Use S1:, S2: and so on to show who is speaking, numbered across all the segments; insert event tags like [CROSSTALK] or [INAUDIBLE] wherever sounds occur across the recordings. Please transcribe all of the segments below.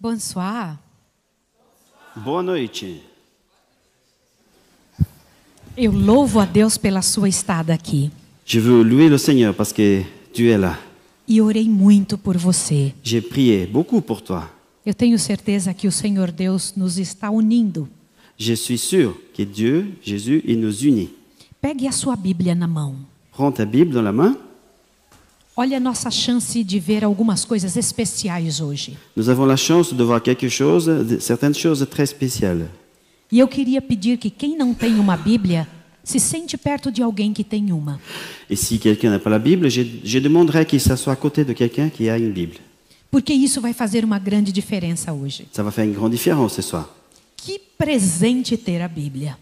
S1: Bonsoir.
S2: Boa noite.
S1: Eu louvo a Deus pela sua estada aqui.
S2: Je veux louer le Seigneur parce que tu es là.
S1: E orei muito por você.
S2: J'ai prié beaucoup pour toi.
S1: Eu tenho certeza que o Senhor Deus nos está unindo.
S2: Je suis sûr que Dieu, Jésus, il nous unit.
S1: Pegue a sua Bíblia na mão.
S2: Prends ta Bible dans la main.
S1: Olha a nossa chance de ver algumas coisas especiais hoje.
S2: Nous avons la chance de voir quelque chose, de- certaines choses très spéciales.
S1: E eu queria pedir que quem não tem uma Bíblia se sente perto de alguém que tem uma.
S2: Et si quelqu'un n'a pas la Bible, je, je demanderai qu'il s'assoie à côté de quelqu'un qui a une Bible.
S1: Porque isso vai fazer uma grande diferença hoje.
S2: Ça va faire une grande différence ce soir.
S1: Que presente ter a Bíblia.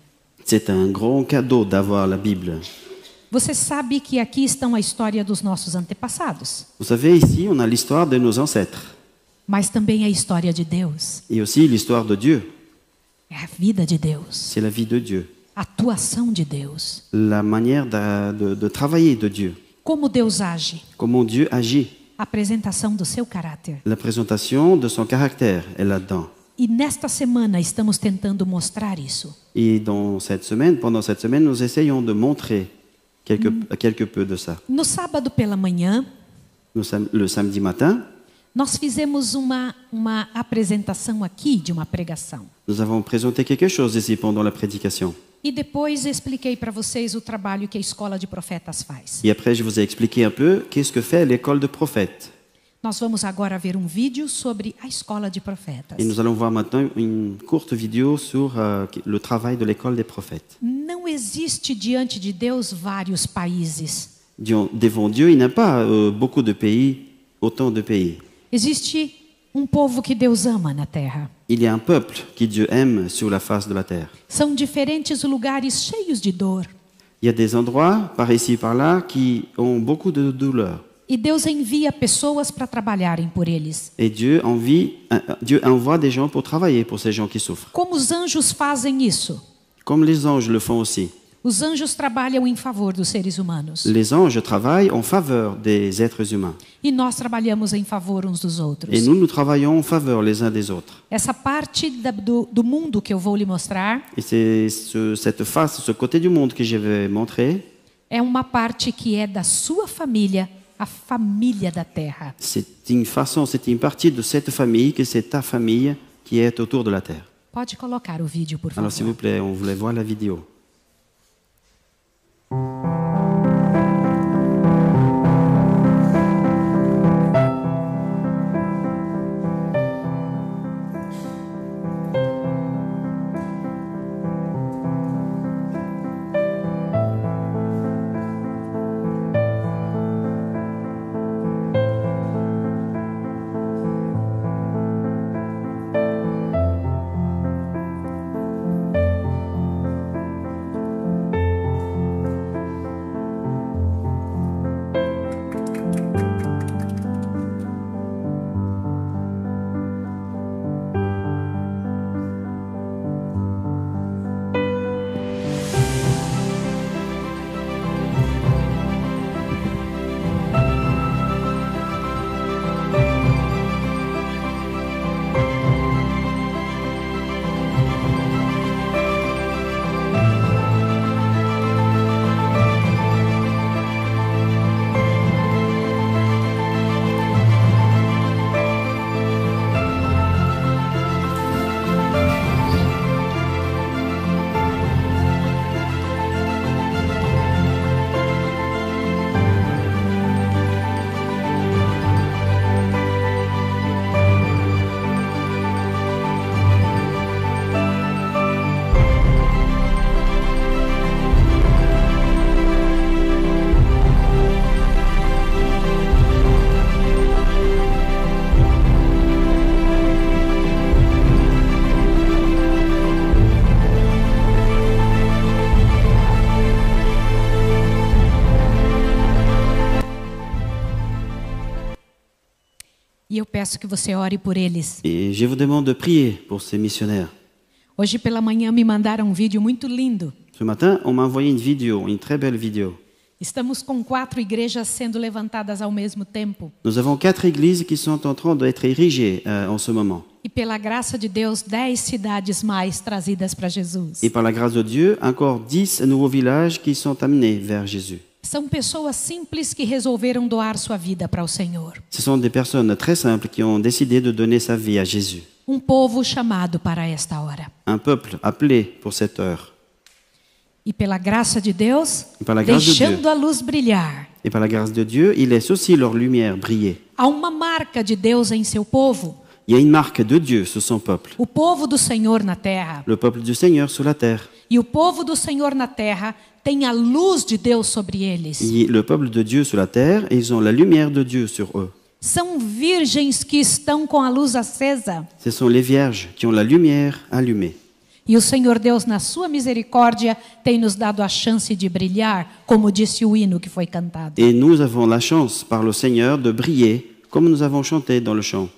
S2: C'est un grand cadeau d'avoir la Bible.
S1: Você sabe que aqui estão a história dos nossos antepassados,
S2: Vous savez, ici, on a l'histoire de nos ancêtres
S1: mas também a história de Deus.
S2: et aussi l'histoire de Dieu.
S1: É a vida de Deus,
S2: C'est la vie de Dieu,
S1: a atuação de Deus.
S2: la manière d'a- de, de travailler de Dieu,
S1: Como Deus age,
S2: comment Dieu agit.
S1: a apresentação do seu caráter.
S2: La présentation de son caractère est là-dedans.
S1: E nesta semana estamos tentando mostrar isso.
S2: Et dans cette semaine, pendant cette semaine, nous essayons de montrer quelque, quelque peu de ça.
S1: No sábado pela manhã,
S2: Nous sommes- le samedi matin,
S1: nós fizemos uma, uma apresentação aqui de uma pregação.
S2: nous avons présenté quelque chose ici pendant la prédication.
S1: E depois expliquei para vocês o trabalho que a Escola de Profetas faz.
S2: Et après, je vous ai expliqué un peu qu'est-ce que fait l'école de prophètes.
S1: Nós vamos agora ver um vídeo sobre a Escola de Profetas.
S2: Et nous allons voir maintenant une courte vidéo sur euh, le travail de l'école des prophètes.
S1: Não existe diante de Deus vários países.
S2: Dion- Devant Dieu, il n'y a pas euh, beaucoup de pays, autant de pays.
S1: Existe um povo que Deus ama na terra.
S2: Il y a un peuple qui Dieu aime sur la face de la terre.
S1: São diferentes lugares cheios de dor.
S2: Il y a des endroits, par ici, par là, qui ont beaucoup de douleurs.
S1: E Deus envia pessoas para trabalharem por eles.
S2: Et Dieu, envie- euh, euh, Dieu envoie des gens pour travailler pour ces gens qui souffrent.
S1: Como os anjos fazem isso?
S2: Comme les anges le font aussi.
S1: Os anjos trabalham em favor dos seres humanos.
S2: Les anges travaillent en faveur des êtres humains.
S1: E nós trabalhamos em favor uns dos outros.
S2: Et nous, nous travaillons en faveur les uns des autres.
S1: Essa parte da- do, do mundo que eu vou lhe mostrar
S2: Et c'est ce- cette face, ce côté du monde que je vais montrer,
S1: é uma parte que é da sua família, a família da terra.
S2: c'est une façon, c'est une partie de cette famille, que c'est ta famille qui est autour de la terre.
S1: Pode colocar o vídeo, por favor.
S2: Alors s'il vous plaît, on voulait voir la vidéo.
S1: E eu peço que você ore por eles.
S2: Et je vous demande de prier pour ces missionnaires.
S1: Hoje pela manhã me mandaram um vídeo muito lindo.
S2: Ce matin, on m'a envoyé une vidéo, une très belle vidéo.
S1: Estamos com quatro igrejas sendo levantadas ao mesmo tempo
S2: Nous avons quatre églises qui sont en train d'être érigées euh, en ce moment.
S1: e pela graça de Deus, dez cidades mais trazidas para Jesus.
S2: Et par la grâce de Dieu, encore dix nouveaux villages qui sont amenés vers Jésus.
S1: São pessoas simples que resolveram doar sua vida para o Senhor.
S2: Ce sont des personnes très simples qui ont décidé de donner sa vie à Jésus.
S1: Um povo chamado para esta hora.
S2: Un peuple appelé pour cette heure.
S1: E pela graça de Deus,
S2: E pela graça de
S1: deixando
S2: Deus.
S1: a luz brilhar.
S2: Et par la grâce de Dieu, il laisse aussi leur lumière briller.
S1: Há uma marca de Deus em seu povo,
S2: Il y a une marque de Dieu sur son peuple,
S1: o povo do Senhor na terra.
S2: le peuple du Seigneur sur la terre.
S1: E o povo do Senhor na terra tem a luz de Deus sobre eles.
S2: Il- le peuple de Dieu sur la terre, et ils ont la lumière de Dieu sur eux.
S1: São virgens que estão com a luz acesa.
S2: Ce sont les vierges qui ont la lumière allumée.
S1: E o Senhor Deus, na sua misericórdia, tem nos dado a chance de brilhar, como disse o hino que foi cantado.
S2: Et nous avons la chance, par le Seigneur, de briller comme nous avons chanté dans le chant.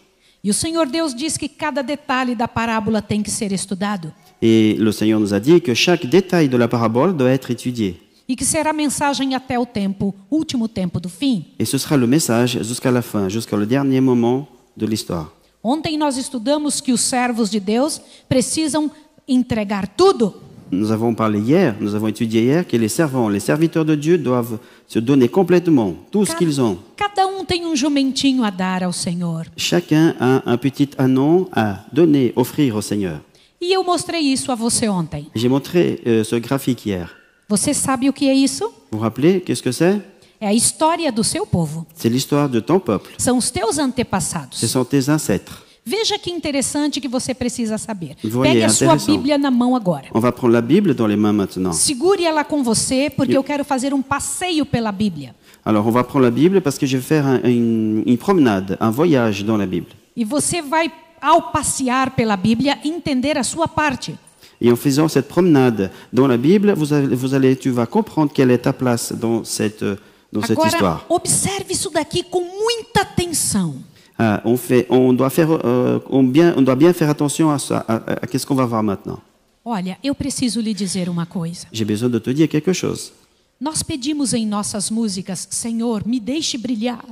S1: E o Senhor Deus diz que cada detalhe da parábola tem que ser estudado
S2: Et le Seigneur nous a dit que chaque détail de la parabole doit être étudié.
S1: e que será mensagem até o tempo, último tempo do fim.
S2: Et ce sera le message jusqu'à la fin, jusqu'au dernier moment de l'histoire.
S1: Ontem nós estudamos que os servos de Deus precisam entregar tudo.
S2: Nous avons parlé hier, nous avons étudié hier que les servants, les serviteurs de Dieu doivent se donner complètement tout ce qu'ils ont.
S1: Cada um tem um jumentinho a dar ao Senhor.
S2: Chacun a un petit anon à donner, offrir au Seigneur.
S1: E eu mostrei isso a você ontem.
S2: J'ai montré euh, ce graphique hier.
S1: Você sabe o que é isso?
S2: Vous vous rappelez, qu'est-ce que c'est
S1: É a história do seu povo.
S2: C'est l'histoire de ton peuple.
S1: São os teus antepassados.
S2: Ce sont tes ancêtres.
S1: Veja que interessante que você precisa saber.
S2: Vou
S1: Pegue
S2: ler,
S1: a sua
S2: interessante.
S1: Bíblia na mão agora.
S2: On va prendre la Bible dans les mains maintenant.
S1: Segure ela com você, porque eu quero fazer um passeio pela Bíblia.
S2: Alors, on va prendre la Bible parce que je vais faire un- une, une promenade, un voyage dans la Bible.
S1: E você vai, ao passear pela Bíblia, entender a sua parte.
S2: Et en faisant cette promenade dans la Bible, vous allez, vous allez- tu vas comprendre quelle est ta place dans cette, euh, dans cette
S1: Agora,
S2: histoire.
S1: observe isso daqui com muita atenção.
S2: Ah, on, fait, on, doit faire, euh, on, bien, on doit bien faire attention à, ça, à, à- à qu'est-ce qu'on va voir maintenant.
S1: Olha, eu preciso lhe dizer uma coisa.
S2: J'ai besoin de te dire quelque chose.
S1: Nós pedimos em nossas músicas, Senhor, me deixe brilhar.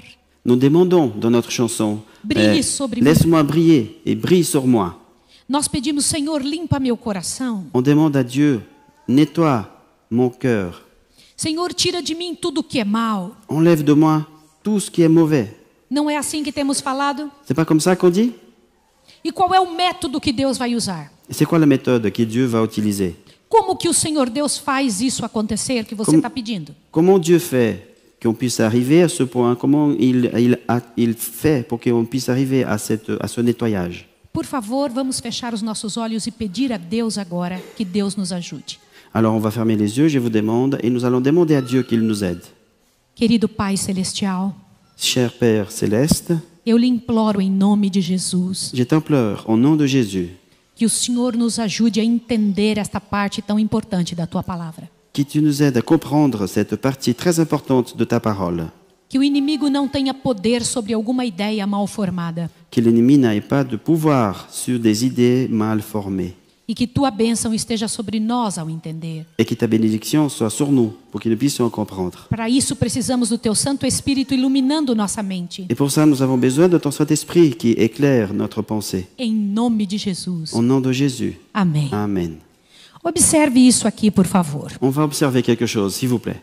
S2: Nous demandons dans notre chanson, euh,
S1: Brille sobre moi.
S2: laisse-moi briller et brille sur moi.
S1: Nós pedimos, Senhor, limpa meu coração.
S2: On demande à Dieu, nettoie mon cœur,
S1: Senhor, tira de mim tudo que é mal.
S2: enlève de moi tout ce qui est mauvais.
S1: Não é assim que temos falado?
S2: C'est pas comme ça qu'on dit
S1: E qual é o método que Deus vai usar?
S2: C'est quoi la méthode que Dieu va utiliser
S1: Como que o Senhor Deus faz isso acontecer que você
S2: Como-
S1: está pedindo?
S2: Comment Dieu fait qu'on puisse arriver à ce point Comment il, il, a- il fait pour qu'on puisse arriver à, cette, à ce nettoyage
S1: Por favor, vamos fechar os nossos olhos e pedir a Deus agora que Deus nos ajude.
S2: Alors on va fermer les yeux, je vous demande, et nous allons demander à Dieu qu'il nous aide.
S1: Querido Pai Celestial,
S2: Cher Père céleste,
S1: eu lhe imploro em nome de Jesus
S2: je t'implore au nom de Jésus
S1: que o Senhor nos ajude a entender esta parte tão importante da tua palavra.
S2: que tu nous aides à comprendre cette partie très importante de ta parole,
S1: Que o inimigo não tenha poder sobre alguma ideia mal formada
S2: que l'ennemi n'ait pas de pouvoir sur des idées mal formées,
S1: e que tua bênção esteja sobre nós ao entender.
S2: et que ta bénédiction soit sur nous pour que nous puissions comprendre.
S1: Para isso precisamos do teu Santo Espírito iluminando nossa mente.
S2: Et pour ça, nous avons besoin de ton Saint-Esprit qui éclaire notre pensée.
S1: Em nome de Jesus.
S2: Au nom de Jésus.
S1: Amém.
S2: Amen.
S1: Observe isso aqui, por favor.
S2: On va observer quelque chose, s'il vous plaît.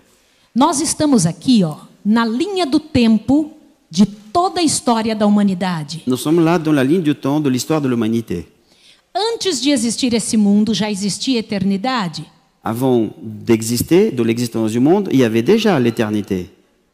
S1: Nós estamos aqui, ó, na linha do tempo de toda a história da humanidade.
S2: Nous sommes là dans la ligne du temps de l'histoire de l'humanité.
S1: Antes de existir esse mundo, já existia a eternidade.
S2: Avant d'exister, de l'existence du monde, il y avait déjà l'éternité.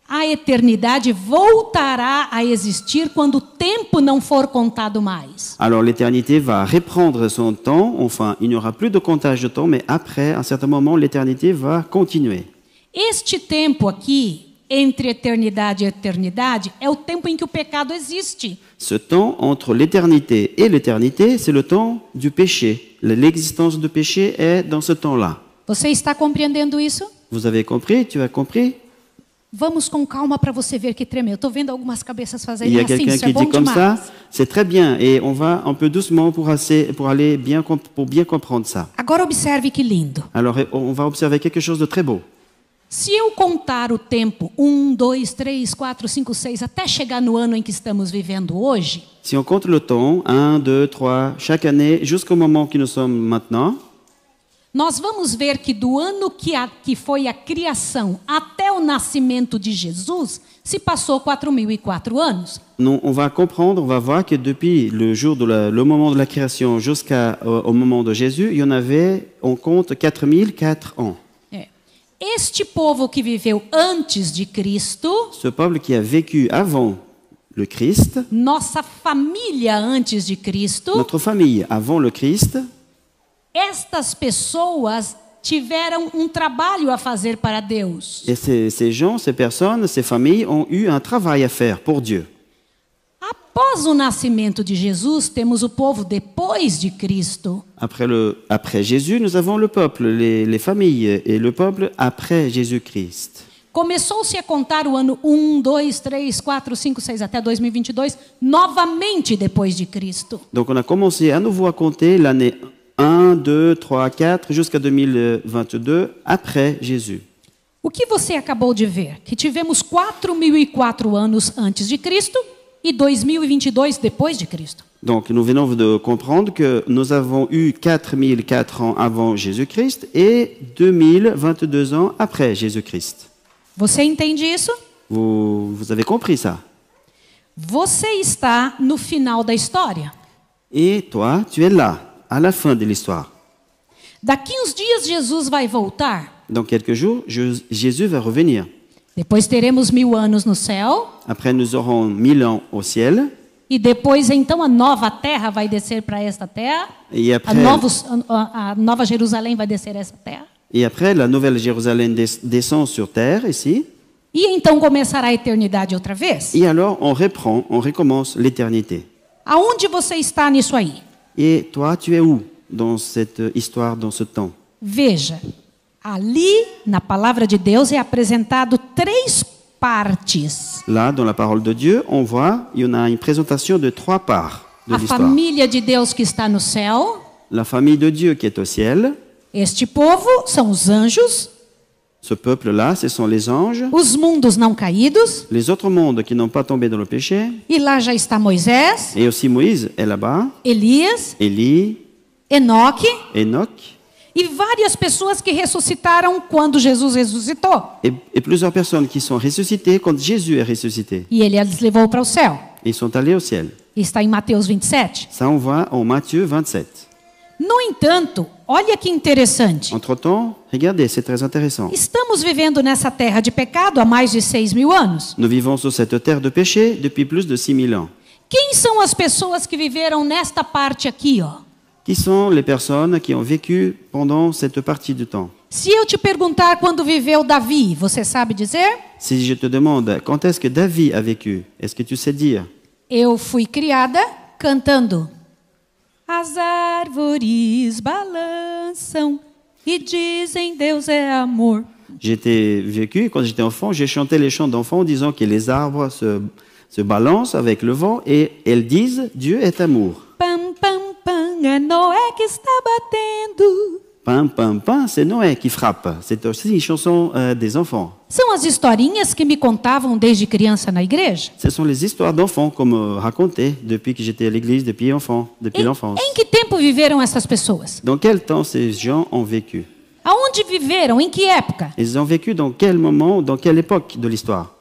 S1: A eternidade voltará a existir quando o tempo não for contado mais.
S2: Alors l'éternité va reprendre son temps, enfin il n'y aura plus de comptage de temps, mais après, à un certain moment, l'éternité va continuer.
S1: Este tempo aqui, entre eternidade e eternidade, é o tempo em que o pecado existe.
S2: Ce temps entre l'éternité et l'éternité, c'est le temps du péché. L'existence du péché est dans ce temps-là.
S1: Você está compreendendo isso?
S2: Vous avez compris Tu as compris
S1: Vamos com calma para você ver que tremeu. Estou vendo algumas cabeças
S2: Il y
S1: fazerem
S2: a
S1: assim,
S2: quelqu'un
S1: isso é
S2: qui
S1: bom
S2: dit comme
S1: demais.
S2: ça, c'est très bien, et on va un peu doucement pour, assez, pour aller bien, comp- pour bien comprendre ça.
S1: Agora observe que lindo.
S2: Alors on va observer quelque chose de très beau.
S1: Se eu contar o tempo, um, dois, três, quatro, cinco, seis, até chegar no ano em que estamos vivendo hoje,
S2: Si on compte le temps, 1, 2, 3, chaque année, jusqu'au moment que nous sommes maintenant,
S1: nós vamos ver que do ano que, a- que foi a criação até o nascimento de Jesus, se passou 4.004 anos.
S2: nous- on va comprendre, on va voir que depuis le jour de la- le moment de la création jusqu'au moment de Jésus, il y en avait, on compte 4004 ans.
S1: É. Este povo que viveu antes de Cristo,
S2: Ce peuple qui a vécu avant le Christ,
S1: nossa família antes de Cristo,
S2: notre famille avant le Christ,
S1: estas pessoas tiveram um trabalho a fazer para Deus.
S2: et ces, ces gens, ces personnes, ces familles ont eu un travail à faire pour Dieu.
S1: Após o nascimento de Jesus, temos o povo depois de Cristo.
S2: Après, le, après Jésus, nous avons le peuple, les, les familles et le peuple après Jésus-Christ.
S1: Começou-se a contar o ano 1, 2, 3, 4, 5, 6 até 2022, novamente depois de Cristo.
S2: Donc on a commencé à nouveau à compter l'année 1, 2, 3, 4 jusqu'à 2022 après Jésus.
S1: O que você acabou de ver? Que tivemos 4.004 anos antes de Cristo e 2022 depois de Cristo.
S2: Donc nous venons de comprendre que nous avons eu 4004 ans avant Jésus-Christ et 2022 ans après Jésus-Christ.
S1: Você entende isso?
S2: Vous, vous avez compris ça
S1: Você está no final da história.
S2: Et toi, tu es là, à la fin de l'histoire.
S1: Daqui uns dias Jesus vai voltar.
S2: Dans quelques jours, je- Jésus va revenir.
S1: Depois teremos mil anos no céu.
S2: Après, nous aurons mille ans au ciel.
S1: E depois, então, a nova terra vai descer para esta terra.
S2: Et
S1: A,
S2: après,
S1: novos, a, a nova Jerusalém vai descer a esta terra.
S2: et après la nouvelle Jérusalem des- descend sur terre ici.
S1: E então começará a eternidade outra vez.
S2: Et alors, on reprend, on recommence l'éternité.
S1: Aonde você está nisso aí?
S2: Et toi, tu es où dans cette histoire, dans ce temps
S1: Veja, ali na palavra de Deus é apresentado três partes:
S2: Là, dans la parole de Dieu, on voit, il y en a une présentation de trois parts de
S1: a
S2: l'histoire.
S1: família de Deus que está no céu,
S2: La famille de Dieu qui est au ciel,
S1: este povo são os anjos,
S2: ce peuple-là, ce sont les anges,
S1: os mundos não caídos,
S2: les autres mondes qui n'ont pas tombé dans le péché,
S1: e lá já está Moisés,
S2: et aussi Moïse est là-bas,
S1: Elias,
S2: Élie,
S1: Enoque
S2: Enoch,
S1: e várias pessoas que ressuscitaram quando Jesus ressuscitou.
S2: et, et plusieurs personnes qui sont ressuscitées quand Jésus est ressuscité.
S1: E ele as levou para o céu.
S2: Ils sont allés au ciel.
S1: Está em Mateus 27.
S2: Ça, on voit en Matthieu 27.
S1: No entanto, olha que interessante.
S2: Entre-temps, regardez, c'est très intéressant.
S1: Estamos vivendo nessa terra de pecado há mais de 6 mil anos.
S2: Nous vivons sur cette terre de péché depuis plus de 6000 ans.
S1: Quem são as pessoas que viveram nesta parte aqui, ó?
S2: Qui sont les personnes qui ont vécu pendant cette partie du temps
S1: Se eu te perguntar quando viveu Davi, você sabe dizer?
S2: Si je te demande quand est-ce que David a vécu, est-ce que tu sais dire
S1: Eu fui criada cantando. As árvores balançam e dizem Deus é amor.
S2: J'étais vécu, quand j'étais enfant, j'ai chanté les chants d'enfants en disant que les arbres se, se balancent avec le vent et elles disent Dieu est amour.
S1: Pam, pam, pam, é Noé que está batendo.
S2: Pam, pam, pam, c'est Noé qui frappe. C'est aussi une chanson euh, des enfants.
S1: São as historinhas que me contavam desde criança na igreja.
S2: Ce sont les histoires d'enfants qu'on me racontait depuis que j'étais à l'église, depuis enfant, depuis
S1: Em,
S2: l'enfance.
S1: em que tempo viveram essas pessoas?
S2: Dans quel temps ces gens ont vécu
S1: Aonde viveram? Em que época?
S2: Ils ont vécu dans quel moment, dans quelle époque de l'histoire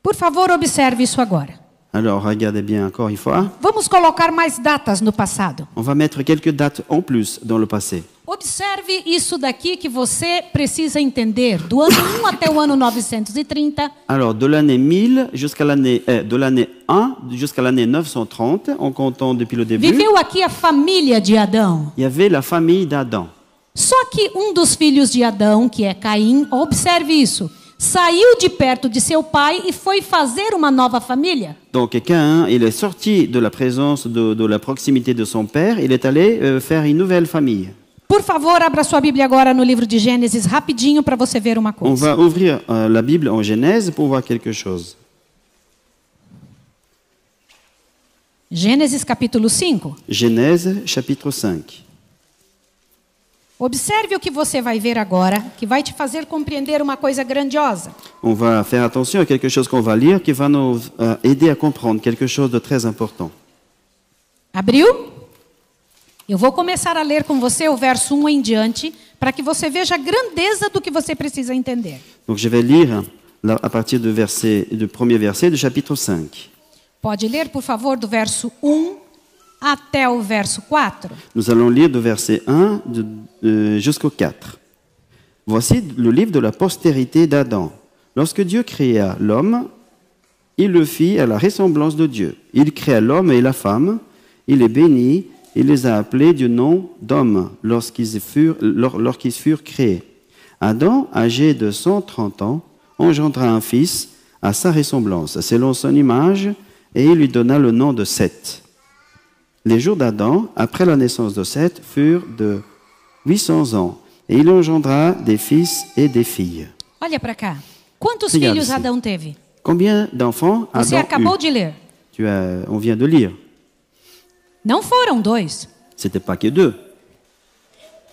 S1: Por favor, observe isso agora.
S2: Alors, regardez bien encore une fois.
S1: Vamos colocar mais datas no passado.
S2: On va mettre quelques dates en plus dans le passé.
S1: Observe isso daqui que você precisa entender, do ano 1 até o ano 930,
S2: Alors, de l'année 1000 jusqu'à l'année, euh, de l'année 1 jusqu'à l'année 930, en comptant depuis le début,
S1: viveu aqui a família de Adão.
S2: il y avait la famille d'Adam.
S1: Só que um dos filhos de Adão, que é Caim, observe isso, saiu de perto de seu pai e foi fazer uma nova família.
S2: Donc, Caïn, il est sorti de la présence, de, de la proximité de son père, il est allé euh, faire une nouvelle famille.
S1: Por favor, abra sua Bíblia agora no livro de Gênesis, rapidinho, para você ver uma
S2: On
S1: coisa.
S2: va ouvrir euh, la Bible en Genèse pour voir quelque chose.
S1: Gênesis capítulo 5.
S2: Genèse chapitre 5.
S1: Observe o que você vai ver agora, que vai te fazer compreender uma coisa grandiosa.
S2: On va faire attention à quelque chose qu'on va lire qui va nous euh, aider à comprendre quelque chose de très important.
S1: Abriu? Eu vou começar a ler com você o verso 1 em diante, para que você veja a grandeza do que você precisa entender.
S2: Donc je vais lire hein, là, à partir du, verset, du premier verset du chapitre 5.
S1: Pode ler, por favor, do verso 1 até o verso 4.
S2: Nous allons lire du verset 1 de- de- jusqu'au 4. Voici le livre de la postérité d'Adam. Lorsque Dieu créa l'homme, il le fit à la ressemblance de Dieu. Il créa l'homme et la femme, il les bénit, il les a appelés du nom d'homme lorsqu'ils furent, lor- lorsqu'ils furent créés. Adam, âgé de 130 ans, engendra un fils à sa ressemblance, selon son image, et il lui donna le nom de Seth. Les jours d'Adam, après la naissance de Seth, furent de 800 ans, et il engendra des fils et des filles.
S1: Olha para cá. Quantos
S2: Obrigado,
S1: filhos
S2: sim.
S1: Adão teve?
S2: Combien d'enfants
S1: Você
S2: Adam
S1: acabou
S2: eut
S1: de ler.
S2: Tu as- On vient de lire.
S1: Não foram dois.
S2: C'était pas que deux.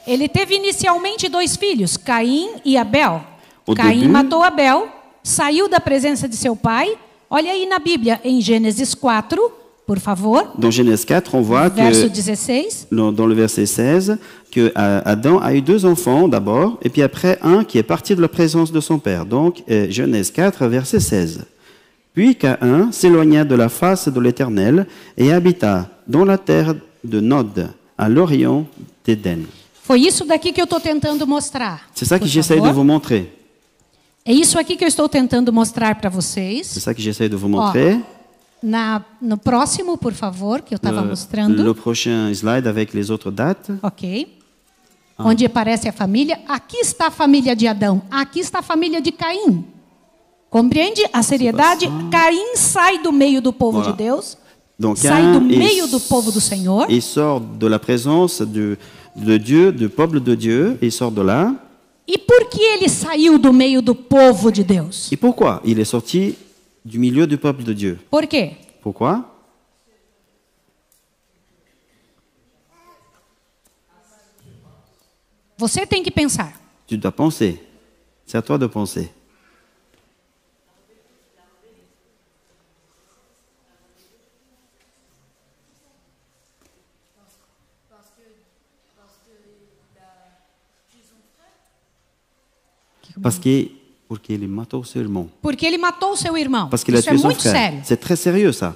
S1: Ele teve inicialmente dois filhos, Caim e Abel.
S2: O
S1: Caim
S2: Debi-
S1: matou Abel, saiu da presença de seu pai. Olha aí na Bíblia, em Gênesis 4, por favor,
S2: Dans Genèse 4, on voit que,
S1: verso 16.
S2: dans dans le verset 16 que euh, Adam a eu deux enfants d'abord, et puis après un qui est parti de la présence de son père. Donc, euh, Genèse 4, verset 16. Puis Caïn s'éloigna de la face de l'Éternel et habita dans la terre de Nod, à l'orient d'Éden.
S1: Foi isso daqui que eu estou tentando mostrar.
S2: C'est ça que
S1: por
S2: j'essaye de
S1: favor.
S2: vous montrer.
S1: É isso aqui que eu estou tentando mostrar para vocês.
S2: C'est ça que j'essaye de vous montrer.
S1: Na, no próximo, por favor, que eu estava
S2: le,
S1: mostrando.
S2: Euh, le prochain slide avec les autres dates.
S1: Ok. Onde aparece a família. Aqui está a família de Adão. Aqui está a família de Caim. Compreende a seriedade? Caim sai do meio do povo
S2: Voilà.
S1: de Deus.
S2: Donc,
S1: Sai
S2: Caïn,
S1: do
S2: il
S1: meio do
S2: s-
S1: povo do Senhor.
S2: Il sort de la présence de, de Dieu, du peuple de Dieu, il sort de là.
S1: E por que ele saiu do meio do povo de Deus?
S2: Et pourquoi Il est sorti du milieu du peuple de Dieu.
S1: Por quê?
S2: Pourquoi
S1: Você tem que pensar.
S2: Tu dois penser. C'est à toi de penser. Parce que pour qu'il les matou seulement.
S1: Porque ele matou o seu irmão.
S2: Parce qu'il a
S1: Isso é
S2: tué son
S1: muito
S2: frère.
S1: sério.
S2: C'est très sérieux ça.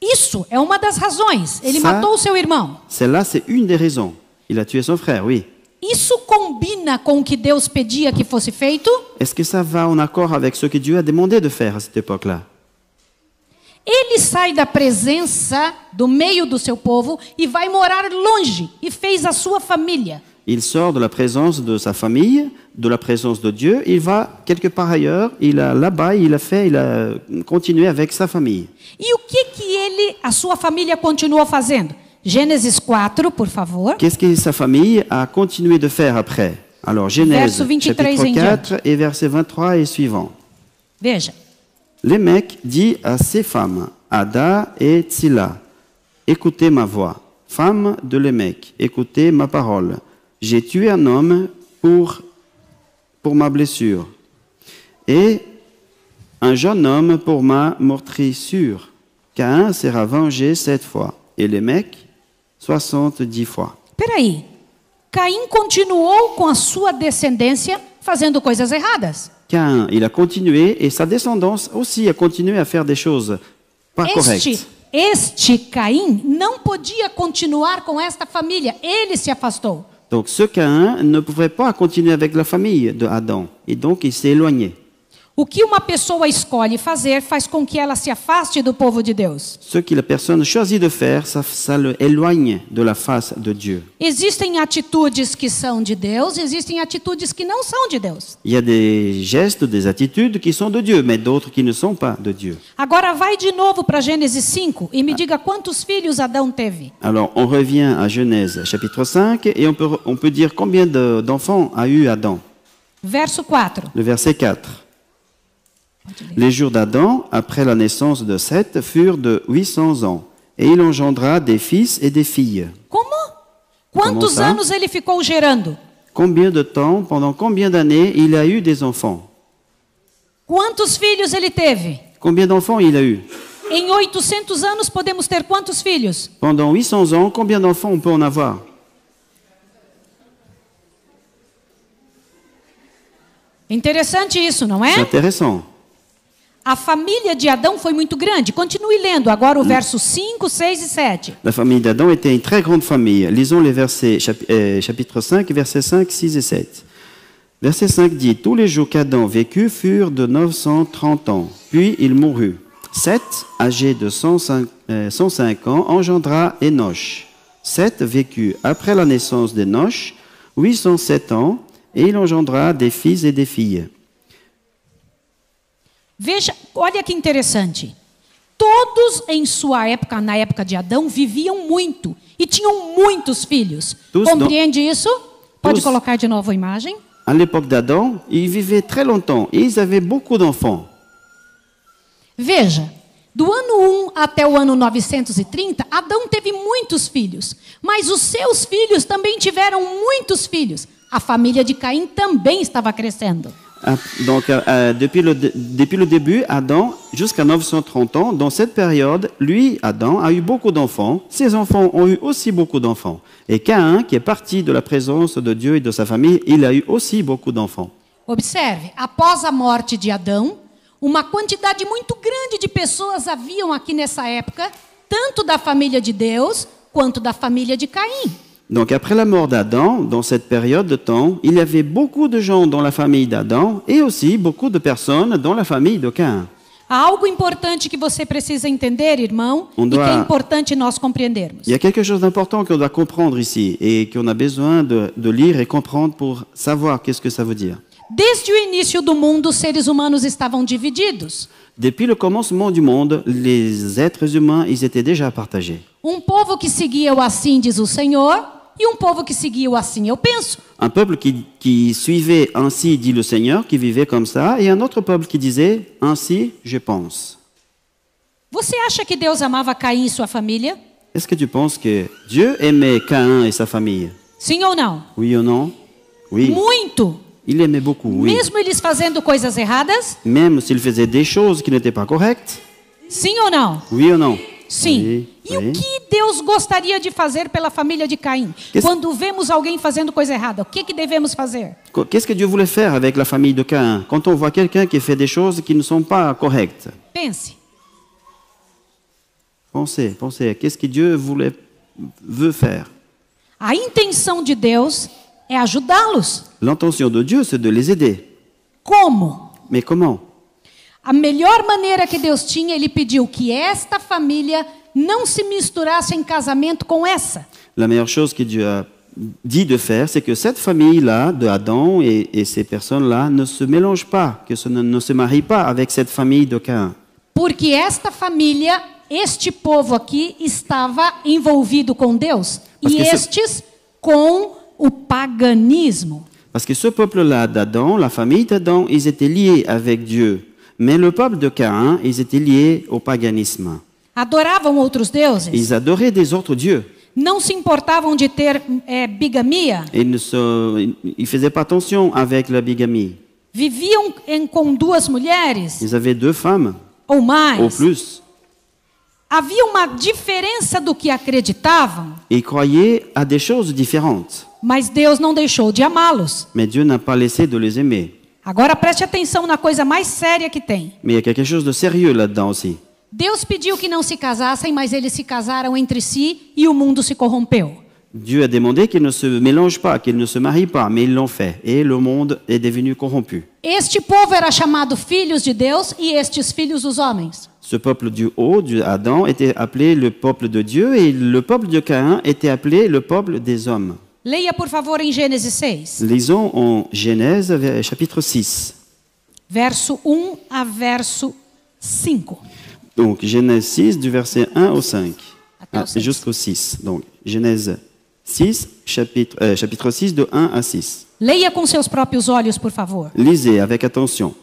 S1: Isso é uma das razões. Ele
S2: Ça-
S1: matou o seu irmão.
S2: Celle-là, c'est une des raisons. Il a tué son frère, oui.
S1: Isso combina com o que Deus pedia que fosse feito?
S2: Est-ce que ça va en accord avec ce que Dieu a demandé de faire à cette époque-là
S1: Ele sai da presença do meio do seu povo e vai morar longe e fez a sua família.
S2: Il sort de la présence de sa famille, de la présence de Dieu, il va quelque part ailleurs, il a là-bas, il a fait, il a continué avec sa famille.
S1: E o que que ele, a sua família continuou fazendo? Gênesis 4, por favor.
S2: Qu'est-ce que sa famille a continué de faire après Alors Genèse
S1: Verso 23
S2: chapitre
S1: en
S2: 4 et verset 23 et suivant.
S1: Veja.
S2: Lémec dit à ses femmes, Ada et Tsila, écoutez ma voix. Femmes de Lémec, écoutez ma parole. J'ai tué un homme pour, pour ma blessure et un jeune homme pour ma meurtrissure. Caïn sera vengé sept fois et Lémec soixante-dix fois.
S1: Peraí. Caim continuou com a sua descendência fazendo coisas erradas.
S2: Caïn, il a continué et sa descendance aussi a continué à faire des choses pas correctes.
S1: Este, este Caim não podia continuar com esta família. Ele se afastou.
S2: Donc ce Caïn ne pouvait pas continuer avec la famille de Adam et donc il s'est éloigné.
S1: O que uma pessoa escolhe fazer faz com que ela se afaste do povo de Deus.
S2: Ce que la personne choisit de faire, ça, ça le éloigne de la face de Dieu.
S1: Existem atitudes que são de Deus, existem atitudes que não são de Deus.
S2: Il y a des gestes, des attitudes qui sont de Dieu, mais d'autres qui ne sont pas de Dieu.
S1: Agora vai de novo para Gênesis 5 e me diga quantos filhos Adão teve.
S2: Alors on revient à Genèse chapitre 5 et on peut, on peut dire combien de- d'enfants a eu Adam.
S1: Verso 4.
S2: Le verset 4. Les jours d'Adam, après la naissance de Seth, furent de 800 ans, et il engendra des fils et des filles.
S1: Como? Quantos
S2: ça
S1: anos ele ficou gerando?
S2: Combien de temps, pendant combien d'années il a eu des enfants
S1: Quantos filhos ele teve?
S2: Combien d'enfants il a eu
S1: Em 800 anos podemos ter quantos filhos?
S2: Pendant 800 ans, combien d'enfants on peut en avoir
S1: Interessante isso, não
S2: C'est
S1: é?
S2: intéressant.
S1: A família de Adão foi muito grande. Continue lendo agora o verso 5, 6 e 7.
S2: La famille d'Adam était une très grande famille. Lisons les versets, chapi- euh, chapitre 5, versets 5, 6 et 7. Verset 5 dit Tous les jours qu'Adam vécut furent de 930 ans, puis il mourut. Seth, âgé de 105, euh, 105 ans, engendra Énoch. Seth vécut après la naissance d'Énoch 807 ans, et il engendra des fils et des filles.
S1: Veja, olha que interessante. Todos em sua época, na época de Adão, viviam muito e tinham muitos filhos.
S2: Tous
S1: Compreende isso? Pode
S2: Tous-
S1: colocar de novo a imagem.
S2: À l'époque d'Adam, ils vivaient très longtemps, et ils avaient beaucoup d'enfants.
S1: Veja, do ano 1 até o ano 930, Adão teve muitos filhos, mas os seus filhos também tiveram muitos filhos. A família de Caim também estava crescendo.
S2: Ah, Donc, euh, euh, depuis, le, dé- depuis le début, Adam, jusqu'à 930 ans, dans cette période, lui, Adam, a eu beaucoup d'enfants. Ses enfants ont eu aussi beaucoup d'enfants. Et Caïn, qui est parti de la présence de Dieu et de sa famille, il a eu aussi beaucoup d'enfants.
S1: Observe, após a morte de Adão, uma quantidade muito grande de pessoas haviam aqui nessa época, tanto da família de Deus quanto da família de Caim.
S2: Donc, après la mort d'Adam, dans cette période de temps, il y avait beaucoup de gens dans la famille d'Adam et aussi beaucoup de personnes dans la famille de Caïn.
S1: Há algo importante que você precisa entender, irmão,
S2: Um
S1: e que é
S2: doa-
S1: importante nós compreendermos.
S2: Il y a quelque chose d'important qu'on doit comprendre ici et qu'on a besoin de, de lire et comprendre pour savoir qu'est-ce que ça veut dire.
S1: Desde o início do mundo, os seres humanos estavam divididos.
S2: Depuis le commencement du monde, les êtres humains, ils étaient déjà partagés.
S1: Um povo que seguia o assim diz o Senhor, e um povo que seguia o assim eu penso.
S2: Un peuple qui, qui suivait ainsi, dit le Seigneur, qui vivait comme ça, et un autre peuple qui disait ainsi, je pense.
S1: Você acha que Deus amava Caim e sua família?
S2: Est-ce que tu penses que Dieu aimait Caïn et sa famille
S1: Sim ou não?
S2: Oui ou non Oui.
S1: Muito.
S2: Il aimait beaucoup, oui.
S1: Mesmo eles fazendo coisas erradas?
S2: Même s'il faisait des choses qui n'étaient pas correctes
S1: Sim ou não?
S2: Oui ou non
S1: Sim.
S2: Oui,
S1: E
S2: oui.
S1: o que Deus gostaria de fazer pela família de Caim?
S2: Esse-
S1: Quando vemos alguém fazendo coisa errada, o que, que devemos fazer?
S2: Qu- Qu'est-ce que Dieu voulait faire avec la famille de Caïn quand on voit quelqu'un qui fait des choses qui ne sont pas correctes
S1: Pense.
S2: Pensez, pensez, qu'est-ce que Dieu voulait, veut faire
S1: A intenção de Deus é ajudá-los.
S2: L'intention de Dieu, c'est de les aider.
S1: Como?
S2: Mais comment
S1: A melhor maneira que Deus tinha, ele pediu que esta família não se misturasse em casamento com essa.
S2: La meilleure chose que Dieu a dit de faire, c'est que cette famille-là, de Adam et, et ces personnes-là, ne se mélangent pas, que ce ne, ne se marient pas avec cette famille de Caïn.
S1: Porque esta família, este povo aqui, estava envolvido com Deus
S2: Mas
S1: e
S2: que isso-
S1: estes com o paganismo.
S2: Parce que ce peuple-là d'Adam, la famille d'Adam, ils étaient liés avec Dieu. Mais le peuple de Caïn, ils étaient liés au paganisme.
S1: Adoravam outros deuses,
S2: Ils adoraient des autres dieux.
S1: não se importavam de ter eh, bigamia,
S2: Ils ne se, ils- ils faisaient pas attention avec la bigamie.
S1: viviam em- com duas mulheres
S2: Ils avaient deux femmes,
S1: ou
S2: au
S1: mais.
S2: plus.
S1: Havia uma diferença do que acreditavam,
S2: Ils croyaient à des choses différentes.
S1: mas Deus não deixou de amá-los.
S2: Mais Dieu n'a pas laissé de les aimer.
S1: Agora preste atenção na coisa mais séria que tem.
S2: Mais il y a quelque chose de sérieux là-dedans aussi.
S1: Deus pediu que não se casassem, mas eles se casaram entre si e o mundo se corrompeu.
S2: Dieu a demandé qu'ils ne se mélangent pas, qu'ils ne se marient pas, mais ils l'ont fait. Et le monde est devenu corrompu.
S1: Este povo era chamado filhos de Deus e estes filhos dos homens.
S2: Ce peuple du haut, du Adam, était appelé le peuple de Dieu et le peuple de Caïn était appelé le peuple des hommes.
S1: Leia, por favor, em Gênesis 6,
S2: Lisons en Genèse vers- chapitre 6.
S1: verso 1 a verso 5.
S2: Donc Genèse 6 du verset 1 au 5.
S1: Attends,
S2: Ah,
S1: six.
S2: Jusqu'au 6. Donc Genèse 6, chapitre, euh, chapitre 6 de 1 à 6.
S1: Leia com seus próprios olhos, por favor.
S2: Lisez avec attention.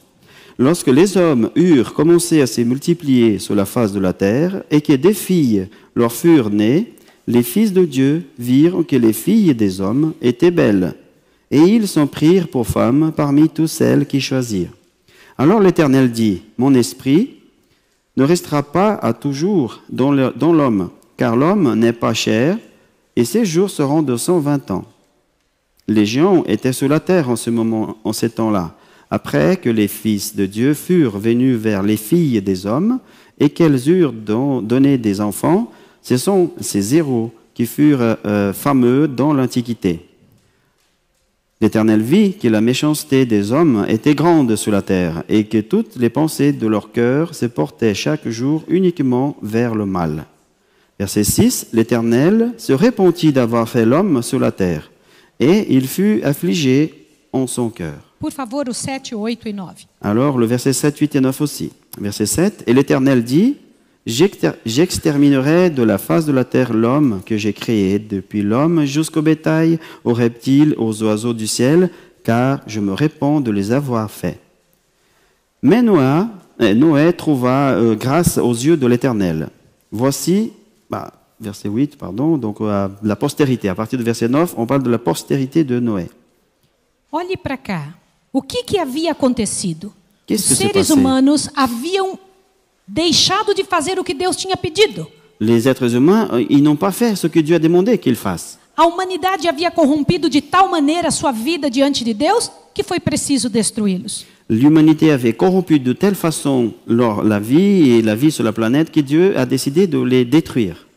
S2: Lorsque les hommes eurent commencé à se multiplier sur la face de la terre et que des filles leur furent nées, les fils de Dieu virent que les filles des hommes étaient belles, et ils s'en prirent pour femmes parmi toutes celles qui choisirent. Alors l'Éternel dit, Mon esprit ne restera pas à toujours dans le- dans l'homme, car l'homme n'est pas cher, et ses jours seront de 120 ans. Les géants étaient sur la terre en ce moment, en ces temps-là, après que les fils de Dieu furent venus vers les filles des hommes et qu'elles eurent don- donné des enfants. Ce sont ces héros qui furent euh, euh, fameux dans l'Antiquité. L'Éternel vit que la méchanceté des hommes était grande sur la terre et que toutes les pensées de leur cœur se portaient chaque jour uniquement vers le mal. Verset 6, l'Éternel se repentit d'avoir fait l'homme sur la terre, et il fut affligé en son cœur.
S1: Por favor, os 7, 8 e 9.
S2: Alors le verset 7, 8 et 9 aussi. Verset 7, et l'Éternel dit, J'exter- J'exterminerai de la face de la terre l'homme que j'ai créé, depuis l'homme jusqu'au bétail, aux reptiles, aux oiseaux du ciel, car je me répands de les avoir faits. Mais Noé, euh, Noé trouva euh, grâce aux yeux de l'Éternel. Voici, bah, verset 8, pardon, donc euh, la postérité. À partir du verset 9, on parle de la postérité de Noé.
S1: Olhe para cá. O que, que havia acontecido?
S2: Que
S1: Os
S2: isso que se
S1: seres
S2: passei?
S1: humanos haviam deixado de fazer o que Deus tinha pedido.
S2: Les êtres humains, euh, ils n'ont pas fait ce que Dieu a demandé qu'ils fassent.
S1: A humanidade havia corrompido de tal maneira a sua vida diante de Deus que foi preciso destruí-los.
S2: L'humanité avait corrompu de telle façon leur, la vie et la vie sur la planète que Dieu a décidé de les détruire.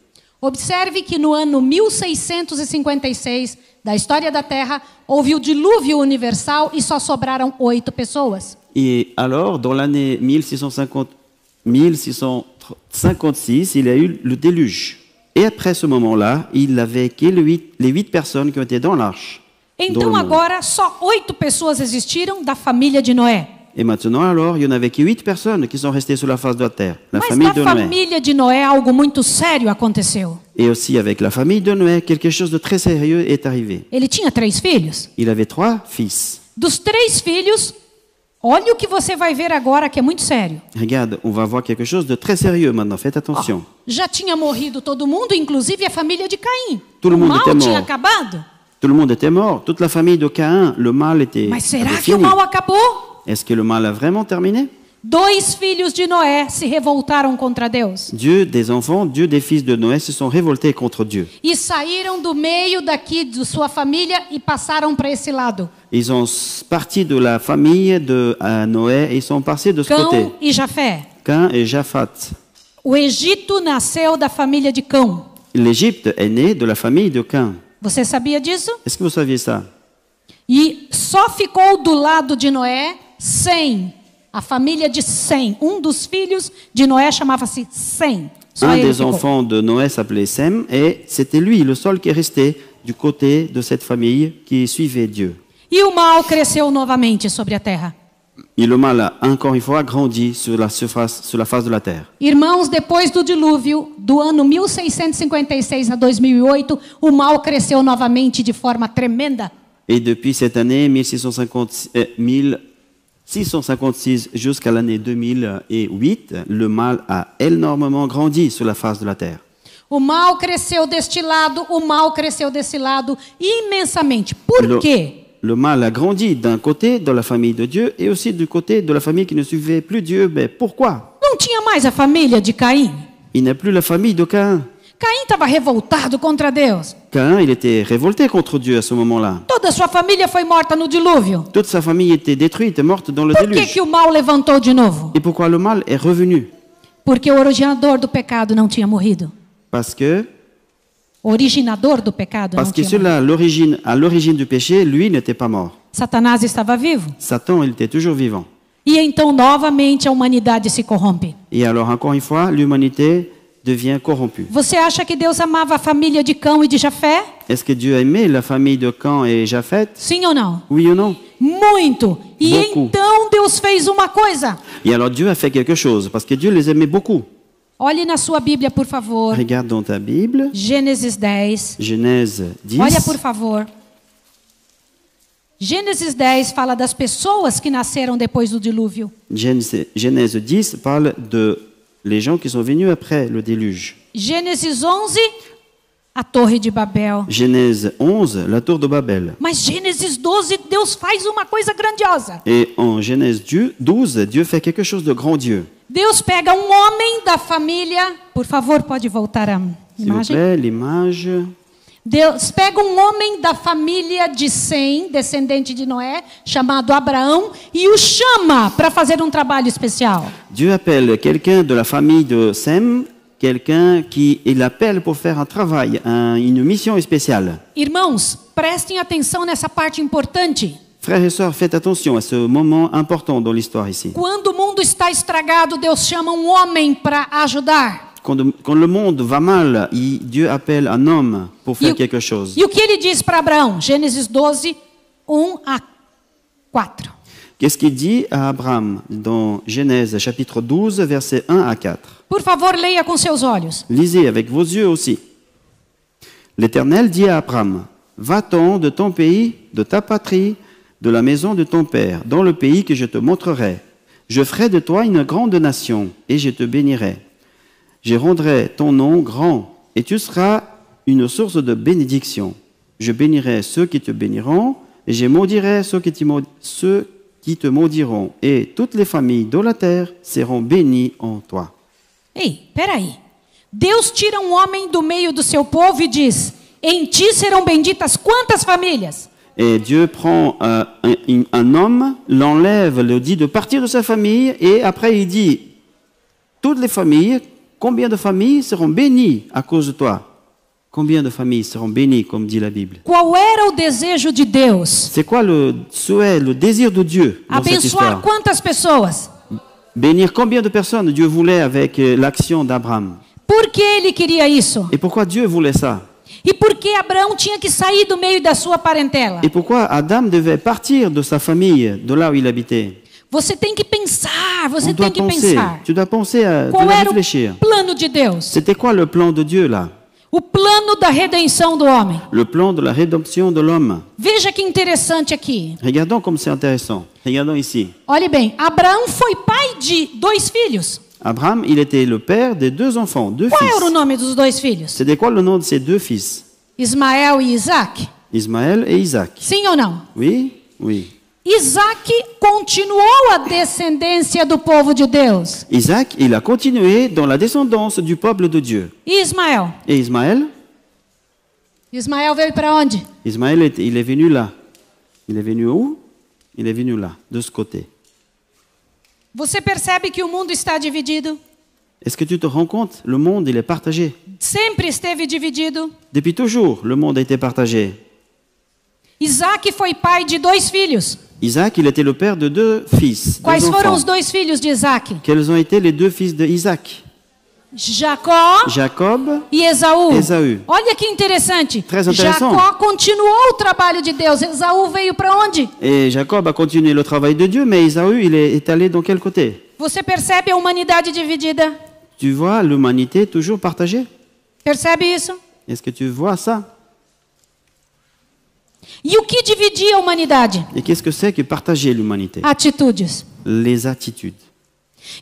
S1: Observe que no ano 1656 da história da Terra houve o dilúvio universal e só sobraram oito pessoas.
S2: Et alors, dans l'année 1650 1656, il y a eu le déluge. Et après ce moment-là, il n'avait que les huit, les huit personnes qui étaient dans l'arche. dans le
S1: Então
S2: monde.
S1: agora só oito pessoas existiram da família de Noé.
S2: Et maintenant, alors, il n'y en avait que huit personnes qui sont restées sur la face de la terre. La
S1: Mas
S2: famille
S1: na
S2: de Noé.
S1: família de Noé algo muito sério aconteceu.
S2: Et aussi avec la famille de Noé, quelque chose de très sérieux est arrivé.
S1: Ele tinha três filhos.
S2: Il avait trois fils.
S1: Dos três filhos, olha o que você vai ver agora que é muito sério.
S2: Regarde, on va voir quelque chose de très sérieux maintenant. Faites attention.
S1: Já tinha morrido todo mundo, inclusive a família de Caim.
S2: Todo
S1: o
S2: mundo
S1: mal
S2: tem
S1: tinha
S2: morro.
S1: acabado.
S2: Tout le monde était mort. Toute la famille de Caïn, le mal était.
S1: Mas será
S2: était
S1: que o
S2: fini.
S1: mal acabou?
S2: Est-ce que le mal a vraiment terminé
S1: Dois filhos de Noé se revoltaram contra Deus
S2: Dieu des enfants, Dieu des fils de Noé se sont révoltés contre Dieu.
S1: e saíram do meio daqui de sua família e passaram para esse lado.
S2: Ils ont s- parti de la famille de euh, Noé et ils sont passés de ce côté.
S1: Cão e Jafé.
S2: Caïn et Japhat.
S1: O Egito nasceu da família de Cão.
S2: L'Égypte est née de la famille de Caïn.
S1: Você sabia disso?
S2: Est-ce que vous saviez ça
S1: E só ficou do lado de Noé Sem, a família de Sem. Um dos filhos de Noé chamava-se Sem. Só
S2: Un
S1: ele
S2: des
S1: ficou.
S2: enfants de Noé s'appelait Sem et c'était lui le seul qui est resté du côté de cette famille qui suivait Dieu.
S1: E o mal cresceu novamente sobre a terra.
S2: Et le mal a encore une fois grandi sur la surface, sur la face de la terre.
S1: Irmãos, depois do dilúvio, do ano 1656 a 2008, o mal cresceu novamente de forma tremenda.
S2: Et depuis cette année 1650 euh, 1656 jusqu'à l'année 2008, le mal a énormément grandi sur la face de la terre.
S1: O mal cresceu deste lado, o mal cresceu desse lado, imensamente. Por
S2: Le,
S1: quê?
S2: le mal a grandi d'un côté de la famille de Dieu et aussi du côté de la famille qui ne suivait plus Dieu. Mais pourquoi
S1: Não tinha mais a família de Caim.
S2: Il n'a plus la famille de Caïn.
S1: Caim estava revoltado contra Deus.
S2: Caïn, il était révolté contre Dieu à ce moment-là.
S1: Toda a sua família foi morta no dilúvio.
S2: Toute sa famille était détruite, morte dans le
S1: Por que,
S2: déluge.
S1: que o mal levantou de novo?
S2: Et pourquoi le mal est revenu
S1: Porque o originador do pecado não tinha morrido.
S2: Parce que
S1: O originador do pecado
S2: Parce
S1: não
S2: que é
S1: tinha morrido.
S2: cela, à l'origine, à l'origine du péché, lui n'était pas mort.
S1: Satanás estava vivo.
S2: Satan, il était toujours vivant.
S1: E então novamente a humanidade se corrompe.
S2: Et alors, encore une fois, l'humanité devient corrompue.
S1: Você acha que Deus amava a família de Cão e de Jafé?
S2: Est-ce que Dieu a aimé la famille de Cain et Japheth
S1: Sim ou não?
S2: Oui ou non
S1: Muito. E
S2: Beaucoup.
S1: então Deus fez uma coisa.
S2: Et alors, Dieu a fait quelque chose, parce que Dieu les aimait beaucoup.
S1: Olhe na sua Bíblia, por favor.
S2: Regarde dans ta Bible,
S1: Gênesis 10.
S2: Genèse 10.
S1: Olha, por favor. Gênesis 10 fala das pessoas que nasceram depois do dilúvio.
S2: Genèse, Genèse 10 parle de les gens qui sont venus après le déluge.
S1: Gênesis 11 a Torre de Babel.
S2: Genèse 11, la tour de Babel.
S1: Mas Gênesis 12, Deus faz uma coisa grandiosa.
S2: Et en Genèse Dieu- 12, Dieu fait quelque chose de grandieux.
S1: Deus pega um homem da família. Por favor, pode voltar a
S2: S'il vous
S1: imagem.
S2: plaît, l'image.
S1: Deus pega um homem da família de Sem, descendente de Noé, chamado Abraão, e o chama para fazer um trabalho especial.
S2: Dieu appelle quelqu'un de la famille de Sem, quelqu'un qui il appelle pour faire un travail, un- une mission spéciale.
S1: Irmãos, prestem atenção nessa parte importante.
S2: Frères et sœurs, faites attention à ce moment important dans l'histoire ici.
S1: Quando o mundo está estragado, Deus chama um homem para ajudar.
S2: Quand, quand le monde va mal, il- Dieu appelle un homme pour
S1: E
S2: faire
S1: o,
S2: quelque chose.
S1: e o que ele diz para Abraão? Gênesis 12, 1 a 4.
S2: Qu'est-ce qu'il dit à Abraham dans Genèse chapitre 12, versets 1 à 4
S1: Por favor, leia com seus olhos.
S2: Lisez avec vos yeux aussi. L'Éternel dit à Abraham, Va-t'en de ton pays, de ta patrie, de la maison de ton père, dans le pays que je te montrerai. Je ferai de toi une grande nation, et je te bénirai. Je rendrai ton nom grand, et tu seras une source de bénédiction. Je bénirai ceux qui te béniront, et je maudirai ceux qui, te maud- ceux qui te maudiront, et toutes les familles de la terre seront bénies en toi.
S1: Ei, peraí. Deus tira um homem do meio do seu povo e diz: Em ti serão benditas quantas famílias?
S2: Et Dieu prend euh, un, une- un homme, l'enlève, le dit de partir de sa famille, et après il dit, toutes les familles, combien de familles seront bénies à cause de toi Combien de familles seront bénies, comme dit la Bible
S1: Qual era o desejo de Deus?
S2: C'est quoi le souhait, le désir de Dieu dans cette
S1: Abençoar
S2: histoire
S1: quantas pessoas?
S2: Bénir combien de personnes Dieu voulait avec euh, l'action d'Abraham
S1: Por que ele queria isso?
S2: Et pourquoi Dieu voulait ça
S1: E por que Abraão tinha que sair do meio da sua parentela?
S2: Et pourquoi Adam devait partir de sa famille, de là où il habitait
S1: Você tem que pensar,
S2: On
S1: você
S2: doit
S1: tem que
S2: penser,
S1: pensar.
S2: tu dois penser, à, tu
S1: Qual
S2: dois
S1: era
S2: réfléchir.
S1: o plano de Deus?
S2: C'était quoi le plan de Dieu là
S1: O plano da redenção do homem.
S2: Le plan de la rédemption de l'homme.
S1: Veja que interessante aqui.
S2: Regardons comme c'est intéressant. Regardons ici.
S1: Olhe bem, Abraão foi pai de dois filhos.
S2: Abraham, il était le père des deux enfants, deux
S1: Qual era o
S2: fils.
S1: nome dos dois filhos?
S2: C'était quoi le nom de ces deux fils
S1: Ismael e Isaac?
S2: Ismaël et Isaac.
S1: Sim ou não?
S2: Oui Oui.
S1: Isaac continuou a descendência do povo de Deus.
S2: Isaac, il a continué dans la descendance du peuple de Dieu.
S1: E Ismael?
S2: Et Ismaël
S1: Ismael veio para onde?
S2: Ismaël, est- il est venu là. Il est venu où Il est venu là, de ce côté.
S1: Você percebe que o mundo está dividido?
S2: Est-ce que tu te rends compte Le monde, il est partagé.
S1: Sempre esteve dividido.
S2: Depuis toujours, le monde a été partagé.
S1: Isaac foi pai de dois filhos.
S2: Isaac, il était le père de deux fils. deux
S1: Quais foram
S2: enfants.
S1: os dois filhos de Isaac?
S2: Quels ont été les deux fils de Isaac
S1: Jacó
S2: Jacob.
S1: e Esaú.
S2: Esaú.
S1: Olha que interessante.
S2: Três interessante.
S1: Jacó continuou o trabalho de Deus. Esaú veio para onde?
S2: Et Jacob a continué le travail de Dieu, mais Isaü, il est est allé dans quel côté
S1: Você percebe a humanidade dividida?
S2: Tu vois l'humanité toujours partagée
S1: Percebe isso?
S2: Est-ce que tu vois ça
S1: E o que dividia a humanidade?
S2: Et qu'est-ce que c'est que partager l'humanité
S1: Atitudes.
S2: Les attitudes.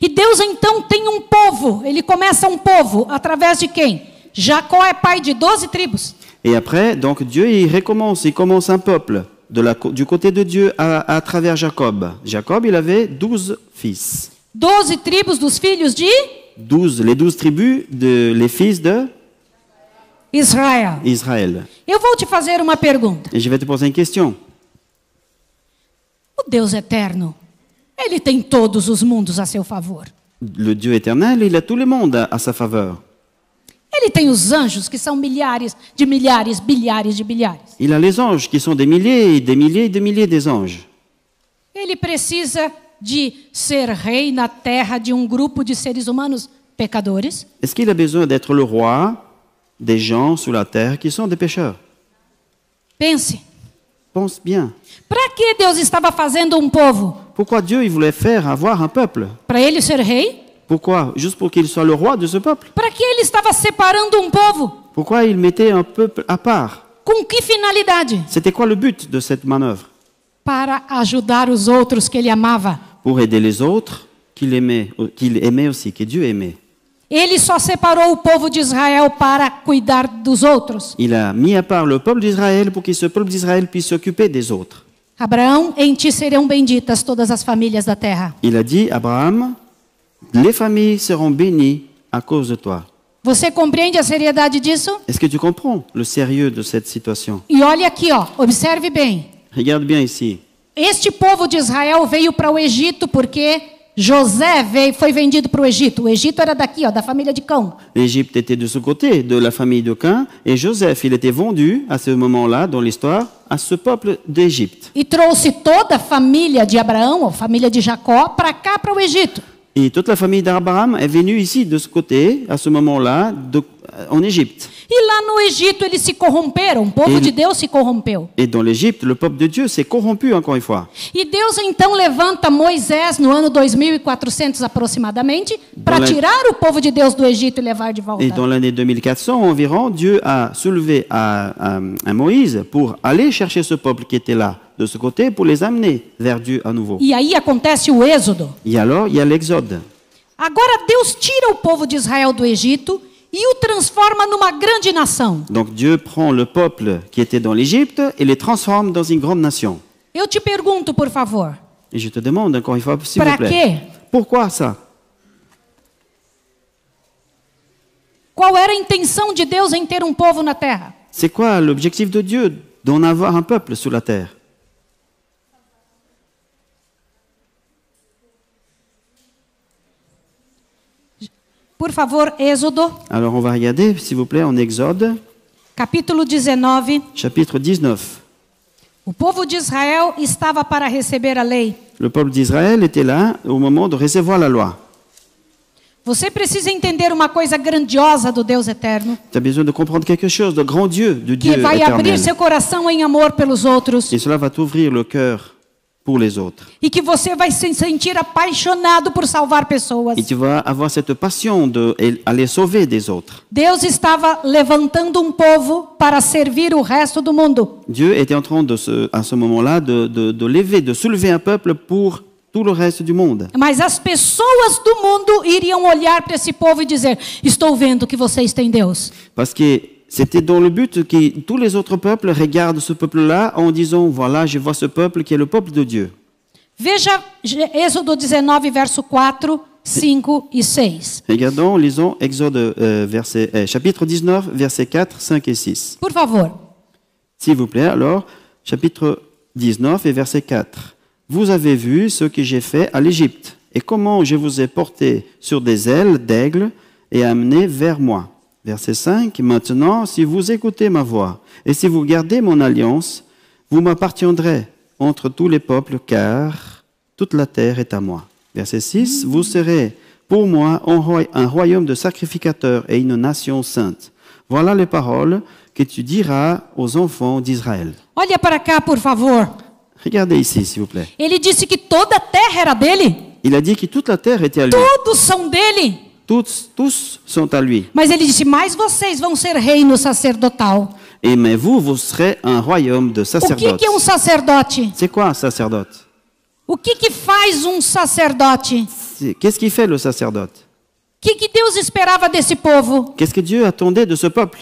S1: E Deus então tem um povo. Ele começa um povo através de quem? Jacó é pai de 12 tribos.
S2: Et après, donc Dieu, il recommence, il commence un peuple de la co- du côté de Dieu à, à travers Jacob. Jacob, il avait douze fils.
S1: 12 tribos dos filhos de
S2: Douze, les douze tribus, de, les fils de
S1: Israel.
S2: Israël.
S1: Eu vou te fazer uma pergunta.
S2: Et je vais te poser une question.
S1: O Deus eterno, ele tem todos os mundos a seu favor.
S2: Le Dieu éternel, il a tout le monde à- à sa faveur.
S1: Ele tem os anjos, que são milhares de milhares, bilhares de bilhares.
S2: Il a les anges qui sont des milliers et des milliers et des milliers des anges.
S1: Ele precisa de ser rei na terra de um grupo de seres humanos pecadores?
S2: Est-ce qu'il a besoin d'être le roi des gens sur la terre qui sont des pécheurs
S1: Pense.
S2: Pense bien.
S1: Para que Deus estava fazendo um povo?
S2: Pourquoi Dieu il voulait faire avoir un peuple
S1: Para ele ser rei?
S2: Pourquoi Juste pour qu'il soit le roi de ce peuple
S1: Para que ele estava separando um povo?
S2: Pourquoi il mettait un peuple à part
S1: Com que finalidade?
S2: C'était quoi le but de cette manœuvre
S1: Para ajudar os outros que ele amava.
S2: euh, Pour aider les autres qu'il aimait, qu'il aimait aussi, que Dieu aimait.
S1: Ele só separou o povo de Israel para cuidar dos outros.
S2: Il a mis à part le peuple d'Israël pour que ce peuple d'Israël puisse s'occuper des autres.
S1: Abraão, em ti serão benditas todas as famílias da terra.
S2: Il a dit, Abraham, les familles seront bénies à cause de toi.
S1: Você compreende a seriedade disso?
S2: Est-ce que tu comprends le sérieux de cette situation
S1: E olha aqui, ó, observe bem.
S2: Regarde bien ici.
S1: Este povo de Israel veio para o Egito porque José veio, foi vendido para o Egito. O Egito era daqui, ó, da família de Cão.
S2: L'Égypte était de ce côté, de la famille de Cain, et Joseph, il était vendu à ce moment-là dans l'histoire à ce peuple d'Égypte.
S1: E trouxe toda a família de Abraão, ou família de Jacó, para cá, para o Egito.
S2: Et toute la famille d'Abraham est venue ici, de ce côté, à ce moment-là, de- en Égypte.
S1: E lá no Egito eles se corromperam, o povo
S2: Ele-
S1: de Deus se corrompeu.
S2: Et dans l'Égypte, le peuple de Dieu s'est corrompu encore une fois.
S1: E Deus então levanta Moisés no ano 2400 aproximadamente para
S2: Dona-
S1: tirar o povo de Deus do Egito e levar de volta.
S2: Et dans l'année 2400 environ, Dieu a soulevé à, à- à Moïse pour aller chercher ce peuple qui était là, de ce côté, pour les amener vers Dieu à nouveau.
S1: E aí acontece o êxodo.
S2: Et alors, il y a l'Exode.
S1: Agora Deus tira o povo de Israel do Egito e o transforma numa grande nação.
S2: Donc Dieu prend le peuple qui était dans l'Égypte et les transforme dans une grande nation.
S1: Eu te pergunto, por favor,
S2: Et je te demande encore une fois, s'il
S1: Pra
S2: vous plaît,
S1: quê?
S2: pourquoi ça
S1: qual era a intenção de Deus em ter um povo na terra?
S2: C'est quoi l'objectif de Dieu d'en avoir un peuple sur la terre
S1: Por favor, Êxodo,
S2: Alors on va regarder, s'il vous plaît, en Exode,
S1: capítulo 19.
S2: chapitre 19.
S1: O povo de Israel estava para receber a lei.
S2: Le peuple d'Israël était là au moment de recevoir la loi.
S1: Você precisa entender uma coisa grandiosa do Deus eterno,
S2: Tu as besoin de comprendre quelque chose de grand Dieu, de Dieu
S1: que vai abrir
S2: éternel.
S1: seu coração em amor pelos outros
S2: Et cela va t'ouvrir le cœur pour les autres.
S1: e que você vai se sentir apaixonado por salvar pessoas.
S2: Et tu vas avoir cette passion de et- aller sauver des autres.
S1: Deus estava levantando um povo para servir o resto do mundo.
S2: Dieu était en train de se- à ce moment-là de, de- de lever, de soulever un peuple pour tout le reste du monde.
S1: Mas as pessoas do mundo iriam olhar para esse povo e dizer: Estou vendo que vocês têm Deus.
S2: Parce que c'était dans le but que tous les autres peuples regardent ce peuple-là en disant, voilà, je vois ce peuple qui est le peuple de Dieu.
S1: Veja Gê- Êxodo 19, verso 4, 5 e 6.
S2: Regardons, lisons Exode euh, verset, euh, chapitre 19, versets 4, 5 et 6.
S1: Por favor.
S2: S'il vous plaît, alors, chapitre 19 et verset 4. Vous avez vu ce que j'ai fait à l'Égypte et comment je vous ai porté sur des ailes d'aigle et amené vers moi. Verset 5. Maintenant, si vous écoutez ma voix et si vous gardez mon alliance, vous m'appartiendrez entre tous les peuples car toute la terre est à moi. Verset 6. Vous serez pour moi un roi- un royaume de sacrificateurs et une nation sainte. Voilà les paroles que tu diras aux enfants d'Israël.
S1: Olha para cá, por favor.
S2: Regardez ici, s'il vous plaît.
S1: Ele disse que toda a terra era dele,
S2: Il a dit que toute la terre était à lui.
S1: todos são dele.
S2: Tous, tous sont à lui.
S1: Mas ele disse: Mas vocês vão ser reino sacerdotal.
S2: Et mais vous, vous serez un royaume de
S1: O que,
S2: sacerdotes.
S1: que é um sacerdote?
S2: C'est quoi un sacerdote
S1: O que, que faz um sacerdote?
S2: C'est- Qu'est-ce qui fait le sacerdote
S1: O que, que Deus esperava desse povo?
S2: Qu'est-ce que Dieu attendait de ce peuple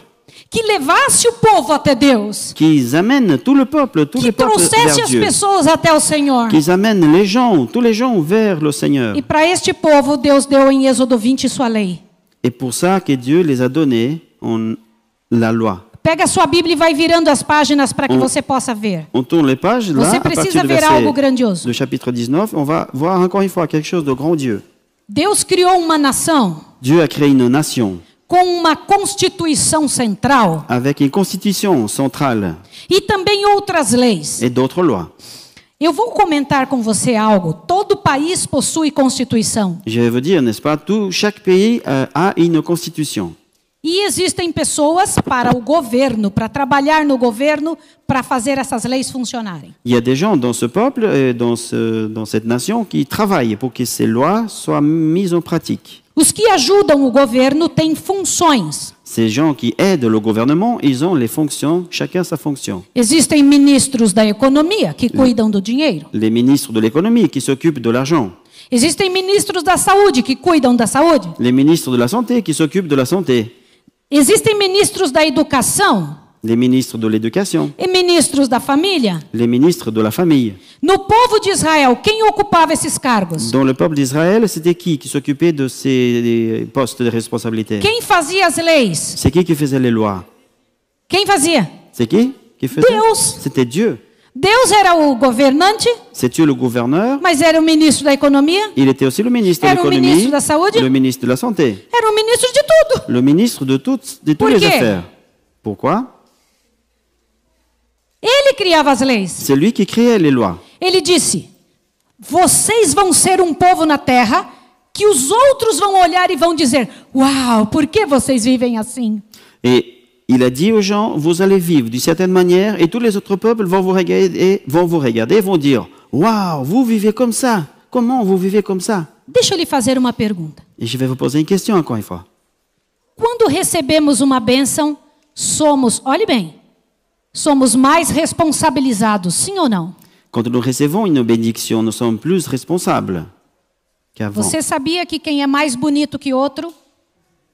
S1: Que levasse o povo até Deus.
S2: Qu'ils amènent tout le peuple, tous
S1: Que
S2: les peuples
S1: trouxesse
S2: vers
S1: as
S2: Dieu.
S1: pessoas até o Senhor.
S2: Qu'ils amènent les gens, tous les gens vers le Seigneur.
S1: E para este povo, Deus deu em Êxodo 20 sua lei.
S2: Et pour ça que Dieu les a donnés en la loi.
S1: Pega a sua Bíblia e vai virando as páginas para que
S2: Hum.
S1: você possa ver.
S2: On tourne les pages, là,
S1: Você
S2: à
S1: precisa
S2: partir du
S1: ver algo grandioso.
S2: verset de chapitre 19, on va voir encore une fois quelque chose de grandiose.
S1: Deus criou uma nação
S2: Dieu a créé une nation
S1: com uma constituição central
S2: avec une constitution centrale
S1: e também outras leis.
S2: et d'autres lois.
S1: Eu vou comentar com você algo. Todo país possui constituição.
S2: Je veux dire, n'est-ce pas, tout, chaque pays euh, a une constitution.
S1: E existem pessoas para o governo, para trabalhar no governo, para fazer essas leis funcionarem.
S2: Il y a des gens dans ce peuple, et dans, ce- dans cette nation, qui travaillent pour que ces lois soient mises en pratique.
S1: Os que ajudam o governo têm funções.
S2: Ces gens qui aident le gouvernement, ils ont les fonctions, chacun sa fonction.
S1: Existem ministros da economia que cuidam do dinheiro.
S2: Les ministres de l'économie qui s'occupent de l'argent.
S1: Existem ministros da saúde que cuidam da saúde.
S2: Les ministres de la Santé qui s'occupent de la santé.
S1: Existem ministros da educação
S2: Les ministres de l'Éducation.
S1: e ministros da família.
S2: Les ministres de la Famille.
S1: No povo de Israel, quem ocupava esses cargos?
S2: Dans le peuple d'Israël, c'était qui qui s'occupait de ces postes de responsabilité
S1: Quem fazia as leis?
S2: C'est qui qui faisait les lois
S1: Quem fazia?
S2: C'est qui qui faisait
S1: Deus.
S2: C'était Dieu.
S1: Deus era o governante,
S2: C'est Dieu le gouverneur.
S1: mas era o ministro da economia,
S2: Il était aussi le ministre de
S1: Era o
S2: l'économie,
S1: ministre da Saúde.
S2: le ministre de la santé,
S1: era o ministro de tudo.
S2: le ministre de toutes de toutes
S1: Por
S2: les
S1: quê?
S2: affaires. Pourquoi
S1: Ele criava as leis.
S2: C'est lui qui créait les lois.
S1: Ele disse: Vocês vão ser um povo na terra que os outros vão olhar e vão dizer: Uau, por que vocês vivem assim?
S2: Et il a dit aux gens vous allez vivre d'une certaine manière, et tous les autres peuples vont vous regarder, vont vous regarder, et vont dire waouh, vous vivez comme ça. Comment vous vivez comme ça
S1: Deixa eu lhe fazer uma pergunta.
S2: Et je vais vous poser une question encore une fois.
S1: Quando recebemos uma bênção, somos, olhe bem, somos mais responsabilizados, sim ou não?
S2: Quand nous recevons une bénédiction, nous sommes plus responsables qu'avant.
S1: Você sabia que quem é mais bonito que outro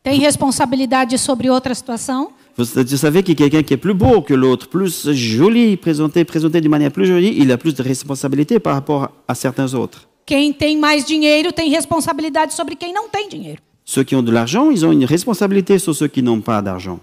S1: tem responsabilidade sobre outra situação?
S2: Vous, vous savez que quelqu'un qui est plus beau que l'autre, plus joli, présenté, présenté d'une manière plus jolie, il a plus de responsabilités par rapport à certains autres.
S1: Quem tem mais dinheiro tem responsabilidade sobre quem não tem dinheiro.
S2: Ceux qui ont de l'argent, ils ont une responsabilité sur ceux qui n'ont pas d'argent.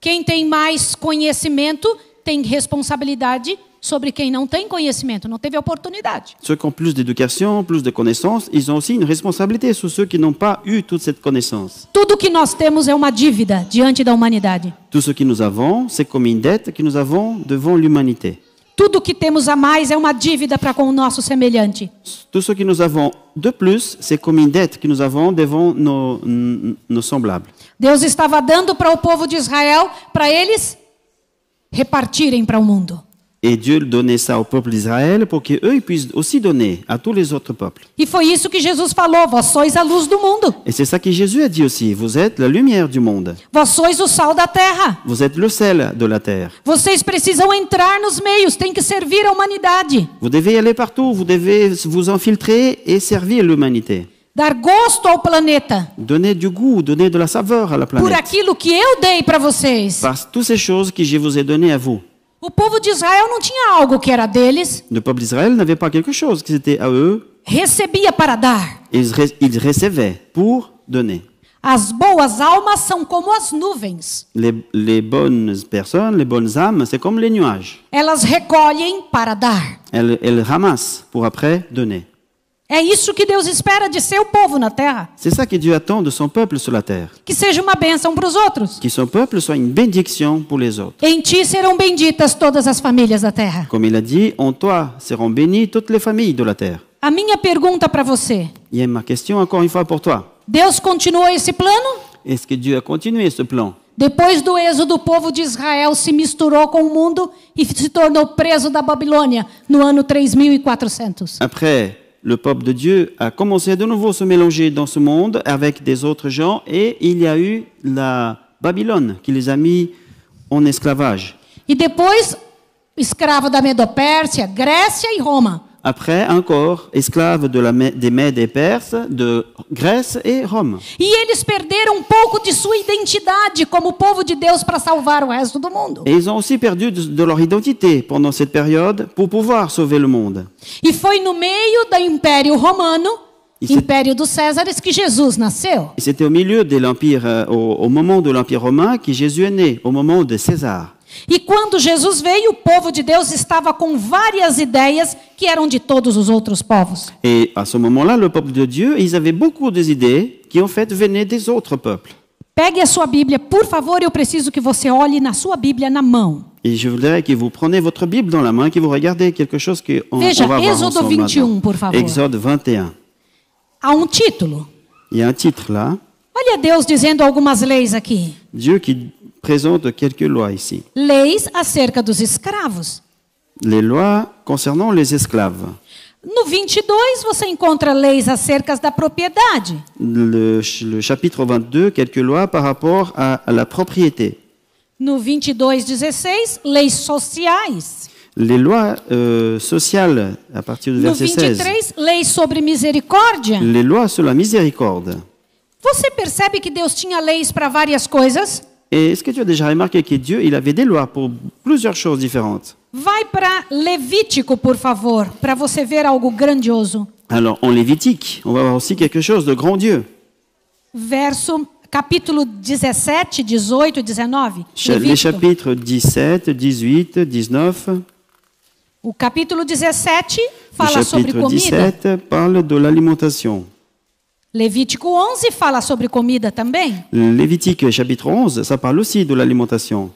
S1: Quem tem mais conhecimento tem responsabilidade sobre quem não tem conhecimento, não teve oportunidade.
S2: Ceux qui ont plus d'éducation, plus de connaissances, ils ont aussi une responsabilité sur ceux qui n'ont pas eu toute cette connaissance.
S1: Tudo que nós temos é uma dívida diante da humanidade.
S2: Tout ce que nous avons, c'est comme une dette que nous avons devant l'humanité.
S1: Tudo que temos a mais é uma dívida para com o nosso semelhante.
S2: Tout ce que nous avons de plus, c'est comme une dette que nous avons devant nos, nos semblables.
S1: Deus estava dando para o povo de Israel para eles repartirem para o mundo.
S2: Et Dieu donnait ça au peuple d'Israël pour qu'eux ils puissent aussi donner à tous les autres peuples.
S1: E foi isso que Jesus falou: vós sois a luz do mundo,
S2: Et c'est ça que Jésus a dit aussi, vous êtes la lumière du monde,
S1: vós sois o sal da terra.
S2: vous êtes le sel de la terre.
S1: Vocês precisam entrar nos meios, tem que servir a humanidade,
S2: Vous devez aller partout, vous devez vous infiltrer et servir l'humanité.
S1: dar gosto ao planeta
S2: Donner du goût, donner de la saveur à la
S1: por
S2: planète.
S1: aquilo que eu dei para vocês.
S2: Par toutes ces choses que je vous ai données à vous.
S1: O povo de Israel não tinha algo que era deles,
S2: Le peuple d'Israël n'avait pas quelque chose qui était à eux,
S1: recebia para dar.
S2: ils, re- ils recevaient pour donner.
S1: As boas almas são como as nuvens,
S2: Les, les bonnes personnes, les bonnes âmes, c'est comme les nuages.
S1: elas recolhem para dar.
S2: Elles, elles ramassent pour après donner.
S1: É isso que Deus espera de seu povo na terra.
S2: C'est ça que Dieu attend de son peuple sur la terre.
S1: Que seja uma bênção para os outros.
S2: Que son peuple soit une bénédiction pour les autres.
S1: Em ti serão benditas todas as famílias da terra.
S2: Comme il a dit, en toi seront bénies toutes les familles de la terre.
S1: A minha pergunta para você:
S2: Il y a ma question encore une fois pour toi.
S1: Deus continuou esse plano?
S2: Est-ce que Dieu a continué ce plan
S1: Depois do êxodo, o povo de Israel se misturou com o mundo e se tornou preso da Babilônia no ano 3400.
S2: Après, le peuple de Dieu a commencé de nouveau à se mélanger dans ce monde avec des autres gens et il y a eu la Babylone qui les a mis en esclavage.
S1: E depois, escravo da Medopérsia, Grécia e Roma.
S2: Après, encore, esclaves de la, Mè- des Mèdes et Perses, de Grèce et Rome.
S1: E eles perderam um pouco de sua identidade como povo de Deus para salvar o resto do mundo.
S2: Et ils ont aussi perdu de de leur identité pendant cette période pour pouvoir sauver le monde.
S1: E foi no meio do Império Romano,
S2: Isso é-
S1: Império dos Césares, que Jesus nasceu.
S2: Et C'était au milieu de l'empire, euh, au, au moment de l'empire romain, que Jésus est né, au moment de César.
S1: E quando Jesus veio, o povo de Deus estava com várias ideias que eram de todos os outros povos.
S2: Et à ce moment-là, le peuple de Dieu, ils avaient beaucoup des idées qui en fait venaient des autres peuples.
S1: Pegue a sua Bíblia, por favor, eu preciso que você olhe na sua Bíblia na mão.
S2: Et je voudrais que vous preniez votre Bible dans la main, que vous regardez quelque chose que on,
S1: Veja,
S2: on va voir
S1: Exode
S2: ensemble
S1: 21,
S2: maintenant.
S1: por favor.
S2: Exode 21.
S1: Há um título.
S2: Il y a un titre là,
S1: Olha Deus dizendo algumas leis aqui.
S2: Dieu qui présente quelques lois ici.
S1: Leis acerca dos escravos.
S2: Les lois concernant les esclaves.
S1: No 22 você encontra leis acerca da propriedade.
S2: le, ch- le chapitre 22, quelques lois par rapport à, à la propriété.
S1: No 22:16, leis sociais.
S2: Les lois euh, sociales, à partir du
S1: No
S2: verset 16,
S1: 23, lei sobre misericórdia.
S2: les lois sur la miséricorde.
S1: Você percebe que Deus tinha leis para várias coisas?
S2: Et est-ce que tu as déjà remarqué que Dieu, il avait des lois pour plusieurs choses différentes
S1: Vai para Levítico, por favor, para você ver algo grandioso.
S2: Alors, en Lévitique, on va voir aussi quelque chose de grandieux.
S1: Verso capítulo 17, 18 e 19.
S2: Cha- Les
S1: Levítico.
S2: chapitres 17, 18, 19.
S1: O capítulo 17
S2: Le
S1: fala sobre
S2: chapitre
S1: comida.
S2: 17 parle de l'alimentation.
S1: Levítico 11 fala sobre comida também.
S2: Lévitique, chapitre 11, ça parle aussi de l'alimentation.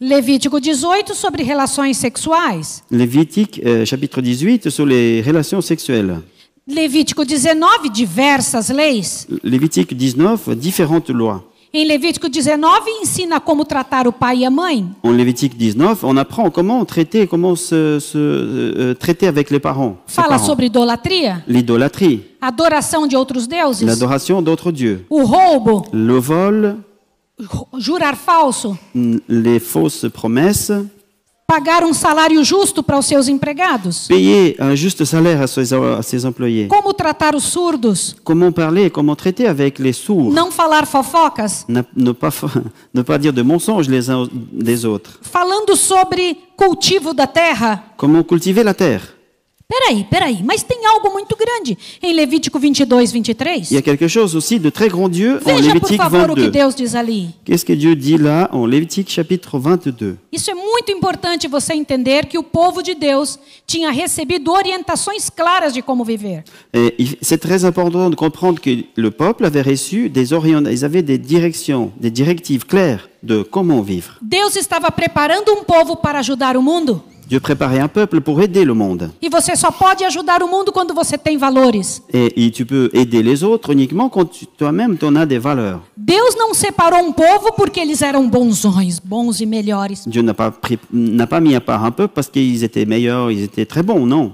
S1: Levítico 18 sobre relações sexuais.
S2: Lévitique, euh, chapitre 18, sur les relations sexuelles.
S1: Levítico 19 diversas leis.
S2: Lévitique 19, différentes lois.
S1: Em Levítico 19 ensina como tratar o pai e a mãe.
S2: En Lévitique 19, on apprend comment traiter, comment se, se, euh, traiter avec les parents. ses
S1: Fala
S2: parents.
S1: sobre idolatria,
S2: L'idolâtrie,
S1: adoração de outros deuses,
S2: l'adoration d'autres dieux,
S1: o roubo,
S2: le vol,
S1: ru- jurar falso,
S2: n- les fausses promesses,
S1: pagar um salário justo para os seus empregados,
S2: payer un juste salaire à ses, à ses employés.
S1: como tratar os surdos,
S2: Comment parler, comment traiter avec les sourds.
S1: não falar fofocas,
S2: N'a- Ne pas, fa- [LAUGHS] ne pas dire de mensonges les uns aux- des autres.
S1: falando sobre cultivo da terra.
S2: Comment cultiver la terre.
S1: Peraí, peraí, mas tem algo muito grande em Levítico 22, 23.
S2: Il y a quelque chose aussi de très grandieux en
S1: Veja, por
S2: Lévitique
S1: favor, o que
S2: 22.
S1: Deus diz ali.
S2: Qu'est-ce que Dieu dit là en Lévitique chapitre 22
S1: Isso é muito importante você entender que o povo de Deus tinha recebido orientações claras de como viver.
S2: Et il- C'est très important de comprendre que le peuple avait reçu des orient- ils avaient des directions, des directives claires de comment vivre.
S1: Deus estava preparando um povo para ajudar o mundo.
S2: Dieu préparait un peuple pour aider le monde.
S1: E você só pode ajudar o mundo quando você tem valores.
S2: Et, et tu peux aider les autres uniquement quand tu- toi-même tu en as des valeurs.
S1: Deus não separou um povo porque eles eram bonzões, bons e melhores.
S2: Dieu n'a pas, pris- n'a pas mis à part un peuple parce qu'ils étaient meilleurs, ils étaient très bons, non.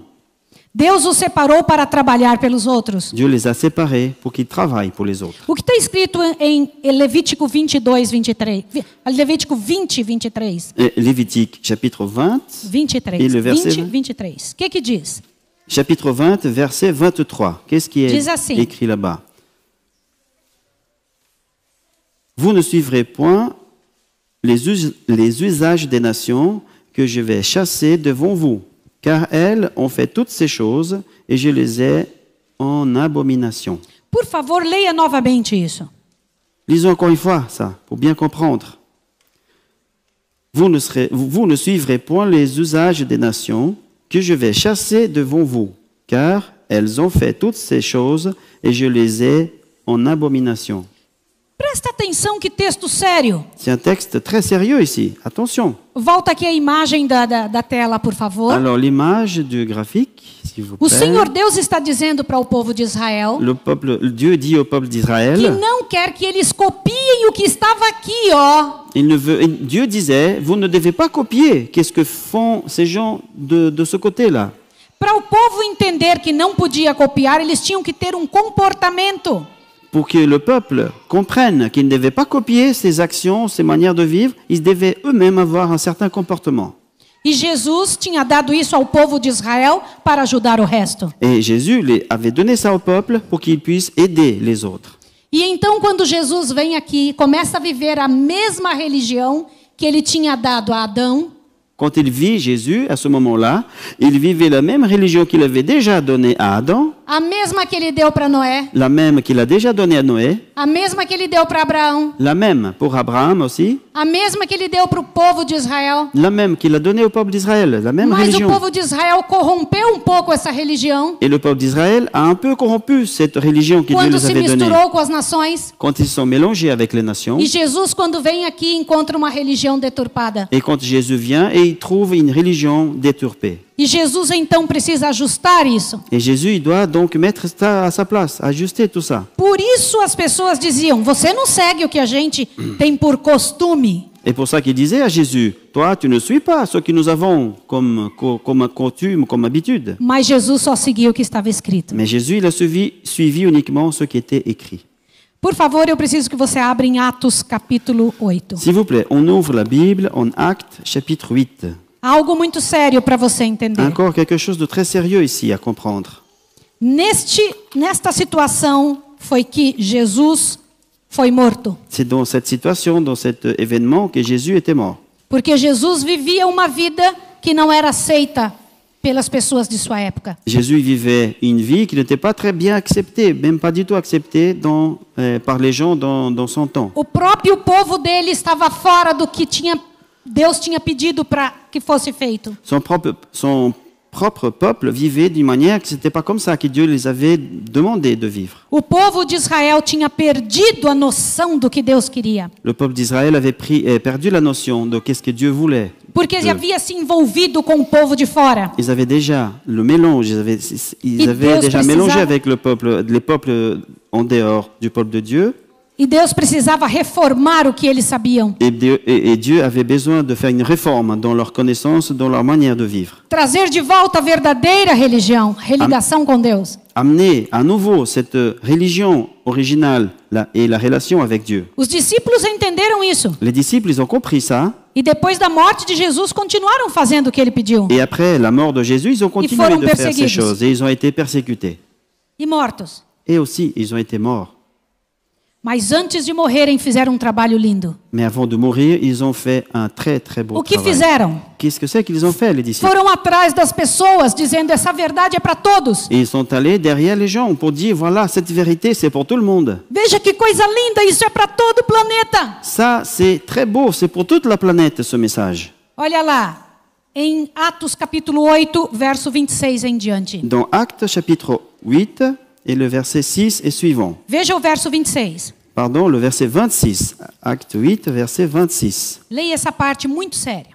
S1: Deus os separou para trabalhar pelos outros.
S2: Dieu les a séparés pour qu'ils travaillent pour les autres.
S1: O que está escrito em em Levítico 22, 23? Vi- Levítico 20, 23.
S2: Et Lévitique chapitre 20,
S1: 23.
S2: E no verso-
S1: 20, 23. O que que diz?
S2: chapitre 20, verset 23. Qu'est-ce qui
S1: Dis assim.
S2: est écrit là-bas Vous ne suivrez point les, us- les usages des nations que je vais chasser devant vous, car elles ont fait toutes ces choses et je les ai en abomination.
S1: Por favor, leia novamente isso.
S2: Lisons encore une fois ça, pour bien comprendre. Vous ne, serez- vous- vous ne suivrez point les usages des nations que je vais chasser devant vous, car elles ont fait toutes ces choses et je les ai en abomination.
S1: Presta atenção que texto sério.
S2: C'est un texte très sérieux ici, attention.
S1: Volta aqui a imagem da, da, da tela, por favor.
S2: Alors l'image du graphique, s'il vous
S1: O
S2: plaît.
S1: Senhor Deus está dizendo para o povo de Israel
S2: Le peuple, Dieu dit au peuple
S1: que
S2: d'Israël,
S1: não quer que eles copiem o que estava aqui, ó.
S2: il ne veut, Dieu disait, vous ne devez pas copier qu'est-ce que font ces gens de- de ce côté-là.
S1: Para o povo entender que não podia copiar, eles tinham que ter um comportamento.
S2: pour que le peuple comprenne qu'il ne devait pas copier ses actions, ses manières de vivre, ils devaient eux-mêmes avoir un certain comportement.
S1: E Jesus tinha dado isso ao povo de Israel para ajudar o resto.
S2: Et Jésus les- avait donné ça au peuple pour qu'ils puissent aider les autres.
S1: E então, quando Jesus vem aqui, começa a viver a mesma religião que ele tinha dado a Adão,
S2: Quand il vit Jésus, à ce moment-là, il vivait la même religion qu'il avait déjà donnée à Adam,
S1: a mesma que ele deu para Noé,
S2: la même qu'il a déjà donnée à Noé,
S1: a mesma que ele deu para Abraão,
S2: la même pour Abraham aussi,
S1: a mesma que ele deu para o povo de Israel.
S2: la même qu'il a donnée au peuple d'Israël, la même
S1: Mas o
S2: religion.
S1: povo de Israel corrompeu um pouco essa religião
S2: Et le peuple d'Israël a un peu corrompu cette religion que Dieu
S1: quando
S2: les
S1: se
S2: avait donnée.
S1: misturou com as nações.
S2: Quand ils se sont mélangés avec les nations,
S1: E Jesus, quando vem aqui, encontra uma religião deturpada.
S2: Et quand Jésus vient, et il trouve une religion déturpée.
S1: E Jesus então precisa ajustar isso.
S2: Et Jésus, il doit donc mettre ça à sa place, ajuster tout ça.
S1: Por isso as pessoas diziam: Você não segue o que a gente tem por costume.
S2: Et pour ça qu'il disait à Jésus, toi, tu ne suis pas ce que nous avons comme, co- comme coutume, comme habitude.
S1: Mas Jesus só seguia o que estava escrito.
S2: Mais Jésus, il a suivi, suivi uniquement ce qui était écrit.
S1: Por favor, eu preciso que você abra em Atos capítulo 8.
S2: S'il vous plaît, on ouvre la Bible en Actes chapitre 8.
S1: Algo muito sério para você entender.
S2: Encore quelque chose de très sérieux ici à comprendre.
S1: Neste, nesta situação foi que Jesus foi morto.
S2: C'est dans cette situation, dans cet euh, événement que Jésus était mort.
S1: Porque Jesus vivia uma vida que não era aceita pelas pessoas de sua época.
S2: Jésus vivait une vie qui n'était pas très bien acceptée, même pas du tout acceptée dans, euh, par les gens dans, dans son temps.
S1: O próprio povo dele estava fora do que tinha, Deus tinha pedido para que fosse feito.
S2: Son propre, son propre peuple vivait d'une manière que ce n'était pas comme ça que Dieu les avait demandé de vivre.
S1: O povo de Israel tinha perdido a noção do que Deus queria,
S2: Le peuple d'Israël avait pris, euh, perdu la notion de qu'est-ce que Dieu voulait.
S1: porque ele
S2: d'eux.
S1: havia se envolvido com o povo de fora.
S2: Ils avaient déjà le mélange, ils avaient, ils
S1: Et
S2: avaient
S1: Dios
S2: déjà
S1: precisaba-
S2: mélangé avec le peuple, les peuples en dehors du peuple de Dieu.
S1: E Deus precisava reformar o que eles sabiam,
S2: Et Dieu, et- et Dieu avait besoin de faire une réforme dans leur connaissance, dans leur manière de vivre.
S1: trazer de volta a verdadeira religião, religação com Deus.
S2: Amener à nouveau cette religion originale la- et la relation avec Dieu.
S1: Os discípulos entenderam isso
S2: Les disciples, ils ont compris ça.
S1: e depois da morte de Jesus continuaram fazendo o que ele pediu.
S2: Et après la mort de Jésus, ils ont continué
S1: fueron
S2: de faire ces
S1: perseguidos.
S2: choses. Et ils ont été persécutés.
S1: E mortos.
S2: Et aussi, ils ont été morts.
S1: Mas antes de morrerem fizeram um trabalho lindo.
S2: Mais avant de mourir, ils ont fait un très très beau
S1: O que
S2: travail.
S1: fizeram?
S2: Qu'est-ce que c'est qu'ils ont fait, les disciples
S1: Foram atrás das pessoas dizendo essa verdade é para todos.
S2: Et ils sont allés derrière les gens pour dire, voilà, cette vérité, c'est pour tout le monde.
S1: Veja que coisa linda, isso é para todo o planeta.
S2: Ça, c'est très beau, c'est pour toute la planète, ce message.
S1: Olha lá, em Atos capítulo 8, verso 26 em diante.
S2: Dans Actes chapitre 8 et le verset 6 et suivant.
S1: Veja o verso 26.
S2: Pardon, le verset 26. Acte 8, verset 26.
S1: Leia essa parte muito séria.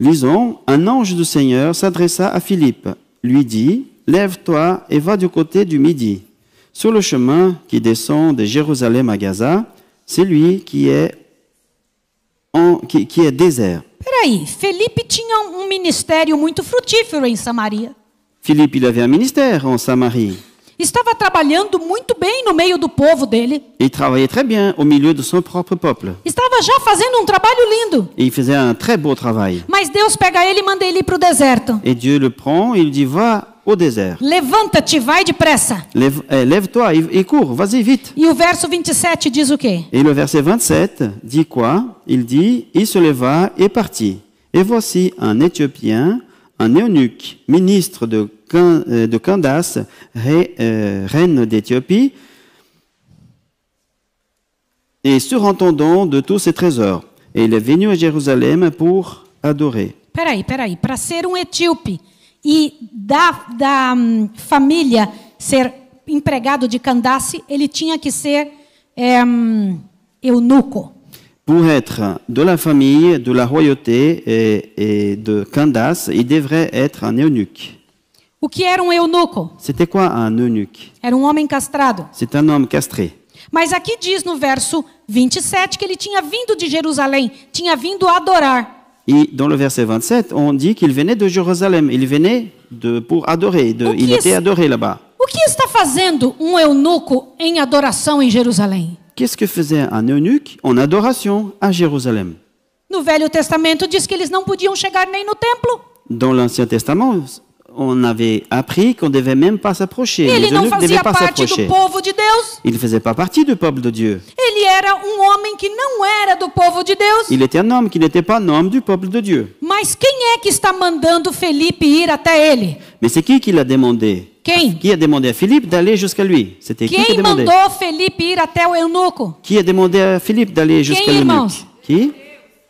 S2: Lisons, un ange du Seigneur s'adressa à Philippe, lui dit, Lève-toi et va du côté du midi, sur le chemin qui descend de Jérusalem à Gaza, celui qui est, en- qui- qui est désert.
S1: Peraí, Felipe tinha um ministério muito frutífero em Samaria.
S2: Philippe, il avait un ministère en Samarie.
S1: Estava trabalhando muito bem no meio do povo dele.
S2: Il travaillait très bien au milieu de son propre peuple.
S1: Estava já fazendo um trabalho lindo.
S2: Et il faisait un très beau travail.
S1: Mas Deus pega ele e manda ele ir para o deserto.
S2: Et Dieu le prend, il lui dit, va au désert.
S1: Levanta-te, vai depressa.
S2: Lève- eh, Lève-toi et, et cours, vas-y vite.
S1: E o verso 27 diz o quê?
S2: Et le verset 27 dit quoi Il dit, il se leva et partit. Et voici un Éthiopien, un eunuque, ministre de, Can- euh, de Candace, ré- euh, reine d'Éthiopie, et surentendant de tous ses trésors. Et il est venu à Jérusalem pour adorer.
S1: Peraí, peraí. Para ser um etíope e da, da hum, família ser empregado de Candace, ele tinha que ser é, hum, eunuco.
S2: Pour être de la famille, de la royauté et, et de Candace, il devrait être un eunuque.
S1: O que era um eunuco?
S2: C'était quoi un eunuque
S1: Era um homem castrado.
S2: C'est un homme castré.
S1: Mas aqui diz no verso 27 que ele tinha vindo de Jerusalém, tinha vindo adorar.
S2: Et dans le verset 27, on dit qu'il venait de Jérusalem. Il venait de, pour adorer. de-
S1: Donc,
S2: il
S1: qui est-
S2: était adoré là-bas.
S1: O que está fazendo um eunuco em adoração em Jerusalém?
S2: Qu'est-ce que faisait un eunuque en adoration à Jérusalem
S1: No Velho Testamento diz que eles não podiam chegar nem no templo.
S2: Dans l'Ancien Testament, on avait appris qu'on ne devait même pas s'approcher.
S1: Ele
S2: Les
S1: não
S2: eunuques ne devaient
S1: fazia
S2: pas
S1: parte do
S2: s'approcher.
S1: povo de Deus.
S2: Il ne faisait pas partie du peuple de Dieu.
S1: Ele era um homem que não era do povo de Deus.
S2: Il était un homme qui n'était pas un homme du peuple de Dieu.
S1: Mas quem é que está mandando Felipe ir até ele?
S2: Mais c'est qui qui l'a demandé
S1: Quem?
S2: Qui a demandé à Philippe d'aller jusqu'à lui C'était qui qui a
S1: Quem
S2: demandé
S1: mandou Felipe ir até o eunuco?
S2: Qui a demandé à Philippe d'aller jusqu'à
S1: irmãos?
S2: l'eunuque Qui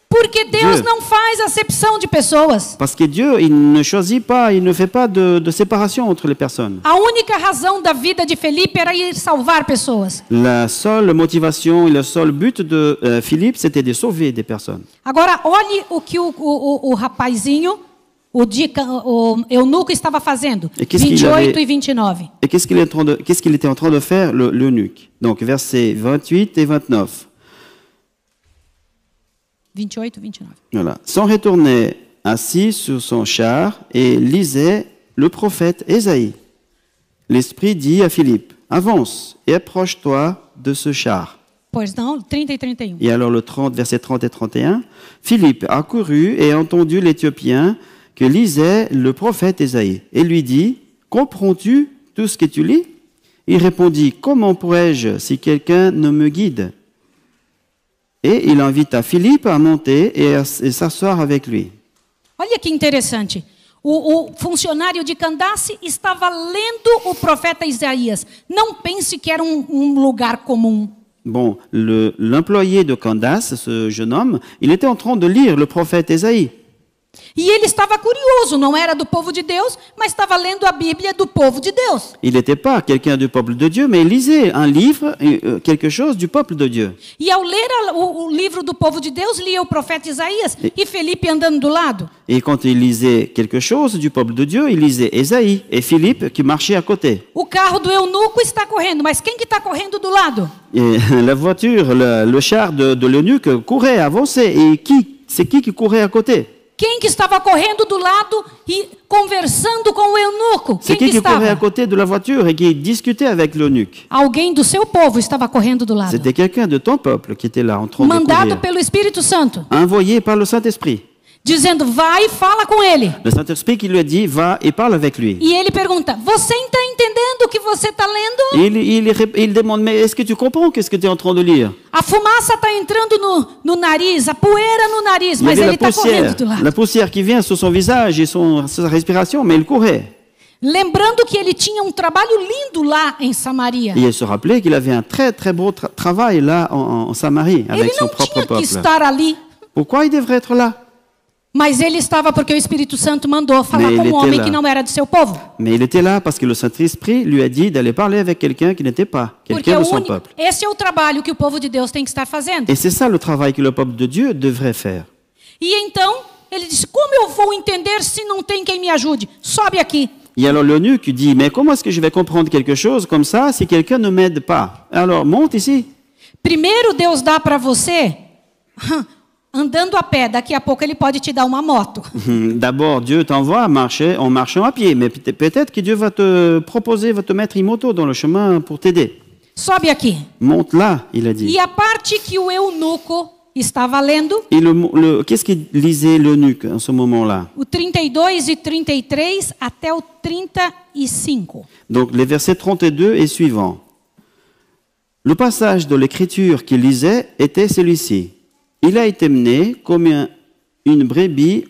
S1: Porque Deus
S2: Dieu.
S1: não faz acepção de pessoas.
S2: Parce que Dieu, il ne choisit pas, il ne fait pas de, de séparation entre les personnes.
S1: A única razão da vida de Felipe era ir salvar pessoas.
S2: La seule motivation et le seul but de euh, Philippe, c'était de sauver des personnes.
S1: Agora, olhe o que o, o, o- o rapazinho, o, dica, o eunuco, estava fazendo.
S2: E que esquina
S1: 28
S2: de-
S1: e 29.
S2: Et qu'est-ce qu'il est en train de- qu'est-ce qu'il était en train de faire, le- l'eunuque Donc, versets 28 et 29.
S1: 28 e 29.
S2: Voilà. S'en retournait assis sur son char et lisait le prophète Ésaïe. L'Esprit dit à Philippe, avance et approche-toi de ce char.
S1: Pois não, 30 e 31.
S2: Et alors le 30, verset 30 et 31, Philippe accourut et entendu l'Éthiopien que lisait le prophète Ésaïe et lui dit, comprends-tu tout ce que tu lis Il répondit, comment pourrais-je si quelqu'un ne me guide Et il invita Philippe à monter et à s- et s'asseoir avec lui.
S1: Olha que interessante. O, o funcionário de Candace estava lendo o profeta Isaías. Não pense que era um, um lugar comum.
S2: Bon, le- l'employé de Candace, ce jeune homme, il était en train de lire le prophète Ésaïe.
S1: E ele estava curioso, não era do povo de Deus, mas estava lendo a Bíblia do povo de Deus.
S2: Il n'était pas quelqu'un du peuple de Dieu, mais il lisait un livre, euh, quelque chose du peuple de Dieu.
S1: E ao ler a- o, o livro do povo de Deus, lia o profeta Isaías e Felipe andando do lado.
S2: Et quand il lisait quelque chose du peuple de Dieu, il lisait Ésaïe et Philippe qui marchait à côté.
S1: O carro do eunuco está correndo, mas quem que está correndo do lado?
S2: Et [LAUGHS] la voiture, le, le char de, de l'eunuque courait, avançait. Et qui, c'est qui qui courait à côté
S1: Quem que estava correndo do lado e conversando com o eunuco? Quem
S2: C'est
S1: que
S2: qui qui courait à
S1: estava?
S2: côté de la voiture et qui discutait avec l'eunuque
S1: Alguém do seu povo estava correndo do lado.
S2: C'était quelqu'un de ton peuple qui était là en train de
S1: Mandado
S2: courir,
S1: pelo Espírito Santo,
S2: envoyé par le Saint-Esprit.
S1: dizendo: vai e fala com ele.
S2: Le Saint-Esprit qui lui a dit, va et parle avec lui.
S1: E ele pergunta: você está entendendo o que você está lendo?
S2: Il, il, rép- il demande, mais est-ce que tu comprends qu'est-ce que tu es en train de lire
S1: A fumaça está entrando no, no nariz, a poeira no nariz,
S2: Il y
S1: mas
S2: avait
S1: ele
S2: la
S1: está correndo
S2: poussière,
S1: do lado.
S2: la poussière qui vient sur son visage et son, sa respiration, mais il courait.
S1: Lembrando que ele tinha um trabalho lindo lá em Samaria.
S2: Et il se rappelait qu'il avait un très très beau tra- travail là en, en Samarie avec
S1: Ele
S2: son
S1: não
S2: propre
S1: tinha que
S2: peuple.
S1: estar ali,
S2: Pourquoi il devrait être là
S1: mas ele estava porque o Espírito Santo mandou falar
S2: Ele
S1: com um homem
S2: tela.
S1: que não era do seu povo.
S2: Mais il était là parce que le Saint-Esprit lui a dit d'aller parler avec quelqu'un qui n'était pas,
S1: Porque
S2: quelqu'un
S1: é
S2: de
S1: o
S2: son
S1: único,
S2: peuple.
S1: esse é o trabalho que o povo de Deus tem que estar fazendo.
S2: Et c'est ça le travail que le peuple de Dieu devrait faire.
S1: E então ele disse: Como eu vou entender se não tem quem me ajude? Sobe aqui.
S2: Et alors l'eunuque dit, mais comment est-ce que je vais comprendre quelque chose comme ça si quelqu'un ne m'aide pas Alors monte ici. [LAUGHS]
S1: Primeiro Deus dá para você andando a pé, daqui a pouco ele pode te dar uma moto. [LAUGHS]
S2: D'abord, Dieu t'envoie à marcher en marchant à pied, mais peut- peut-être que Dieu va te proposer, va te mettre une moto dans le chemin pour t'aider.
S1: Sobe aqui.
S2: Monte là, il a dit.
S1: E a parte que o eunuco estava lendo,
S2: Et le, le- qu'est-ce qu'il lisait l'eunuque en ce moment-là
S1: o 32 e 33 até o 35.
S2: Donc les versets 32 et suivants. Le passage de l'écriture qu'il lisait était celui-ci. Il a été mené comme un- une brebis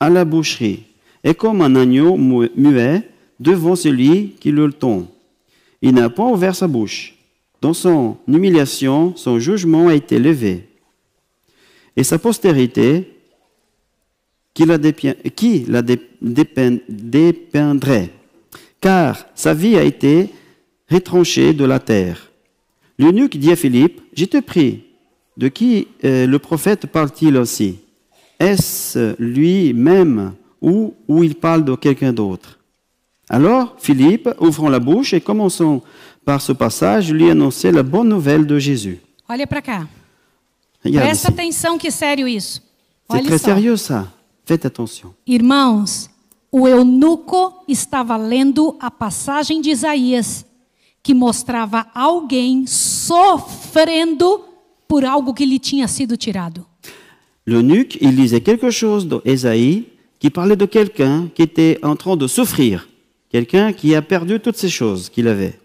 S2: à la boucherie et comme un agneau mu- muet devant celui qui le tond. Il n'a pas ouvert sa bouche. Dans son humiliation, son jugement a été levé. Et sa postérité, qui la, dépi- qui la dé- dépein- dépeindrait, car sa vie a été retranchée de la terre. L'eunuque dit à Philippe, je te prie, de qui euh, le prophète parle-t-il aussi Est-ce lui-même ou, ou il parle de quelqu'un d'autre Alors Philippe, ouvrant la bouche et commençant par ce passage, lui annonçait la bonne nouvelle de Jésus.
S1: Olha para cá.
S2: Regarde
S1: Presta
S2: ici.
S1: atenção que é sério isso.
S2: C'est
S1: Olha
S2: très
S1: só.
S2: sérieux ça. Faites attention.
S1: Irmãos, o eunuco estava lendo a passagem de Isaías que mostrava alguém sofrendo por algo que lhe tinha sido tirado.
S2: L'eunuque, il lisait quelque chose d'Ésaïe qui parlait de quelqu'un qui était en train de souffrir, quelqu'un qui a perdu toutes ces choses qu'il avait.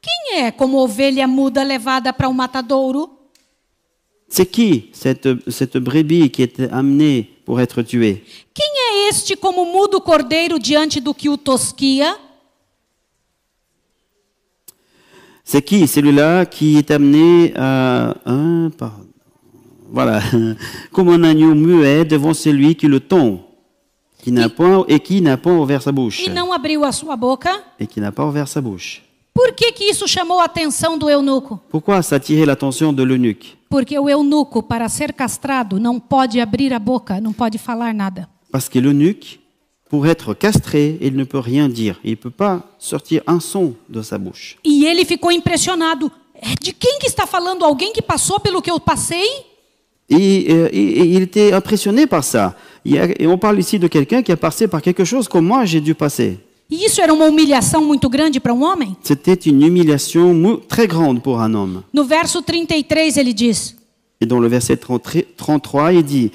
S1: Quem é como ovelha muda levada para o matadouro?
S2: C'est qui cette, cette brebis qui était amenée pour être tuée
S1: Quem é este como mudo cordeiro diante do que o tosquia?
S2: C'est qui celui-là qui est amené à... hein, pardon. voilà, [LAUGHS] comme un agneau muet devant celui qui le tond, qui n'a point et qui n'a pas ouvert sa bouche.
S1: E não abriu a sua boca?
S2: Et qui n'a pas ouvert sa bouche.
S1: Por que, que isso chamou a atenção do eunuco?
S2: Pourquoi ça attirait l'attention de l'eunuque
S1: Porque o eunuco, para ser castrado, não pode abrir a boca, não pode falar nada.
S2: Parce que l'eunuque, pour être castré, il ne peut rien dire. Il ne peut pas sortir un son de sa bouche.
S1: E ele ficou impressionado. É de quem que está falando? Alguém que passou pelo que eu passei?
S2: Et, euh, et- et il était impressionné par ça. Il y a- et on parle ici de quelqu'un qui a passé par quelque chose que moi j'ai dû passer.
S1: E isso era uma humilhação muito grande para um homem?
S2: C'était une humiliation mou- très grande pour un homme.
S1: No verso 33 ele diz:
S2: Et dans le verset 33, 33, il dit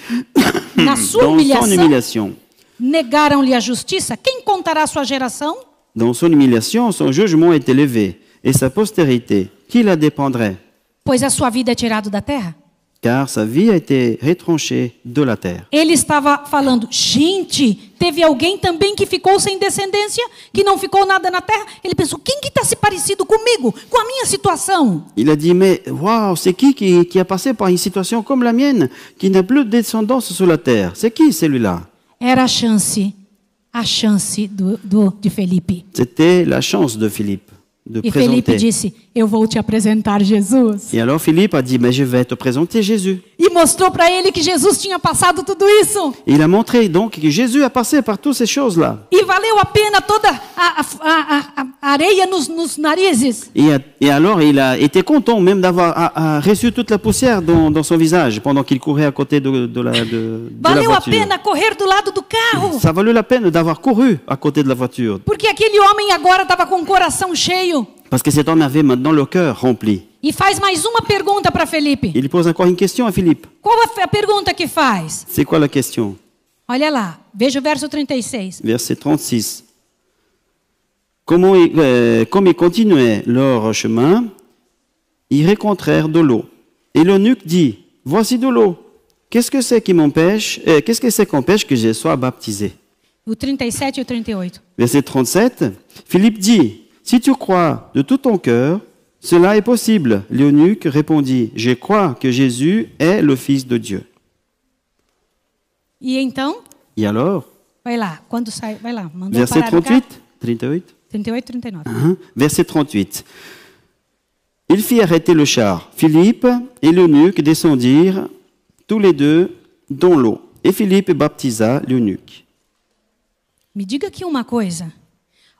S1: Na
S2: um
S1: sua
S2: Dans [COUGHS] son
S1: humilhação,
S2: humiliation,
S1: negaram-lhe a justiça. Quem contará a sua geração?
S2: dans son humiliation, son jugement est élevé, et sa postérité, qui la dépendrait
S1: Pois a sua vida é tirada da terra.
S2: Car sa vie a été retranchée de la terre.
S1: Ele estava falando, gente, teve alguém também que ficou sem descendência, que não ficou nada na terra. Ele pensou, quem que está se parecido comigo, com a minha situação?
S2: Il a dit Mais waouh, c'est qui, qui qui a passé par une situation comme la mienne, qui n'a plus de descendance sur la terre C'est qui celui-là
S1: Era a chance, a chance do, do- de Felipe.
S2: C'était la chance de Philippe de
S1: E Felipe
S2: présenter.
S1: disse, eu vou te apresentar Jesus.
S2: Et alors Philippe a dit Mais je vais te présenter Jésus.
S1: E mostrou para ele que Jesus tinha passado tudo isso.
S2: Et il a montré donc que Jésus a passé par toutes ces choses-là.
S1: E valeu a pena toda a, a- a- a- a areia nos, nos narizes.
S2: Et, a- et alors il a été content même d'avoir a- a reçu toute la poussière dans, dans son visage pendant qu'il courait à côté de, de la, de- de la
S1: Valeu a
S2: voiture.
S1: pena correr do lado do carro.
S2: Ça valait la peine d'avoir couru à côté de la voiture
S1: Porque aquele homem agora estava com o coração cheio.
S2: parce que cet homme avait maintenant le cœur rempli.
S1: E faz mais uma pergunta para Felipe.
S2: Il pose encore une question à Philippe.
S1: Qual a, a pergunta que faz?
S2: C'est quoi la question
S1: Olha lá, veja o verso 36.
S2: Verset 36. Comment ils, euh, comme ils continuaient leur chemin, ils rencontrèrent de l'eau. Et l'eunuque dit, voici de l'eau. Qu'est-ce que c'est qui m'empêche euh, Qu'est-ce que c'est qu'empêche que je sois baptisé
S1: O 37 e o 38.
S2: Verset 37. Philippe dit, si tu crois de tout ton cœur, cela est possible. L'eunuque répondit, je crois que Jésus est le Fils de Dieu.
S1: E então,
S2: Et alors,
S1: vai lá, quando sai, vai lá, mandou
S2: verset
S1: parar o carro.
S2: 38, 38
S1: 38 e 39.
S2: Hein? Verset 38. Il fit arrêter le char. Philippe et l'eunuque descendirent tous les deux dans l'eau. Et Philippe baptisa l'eunuque.
S1: Me diga aqui uma coisa.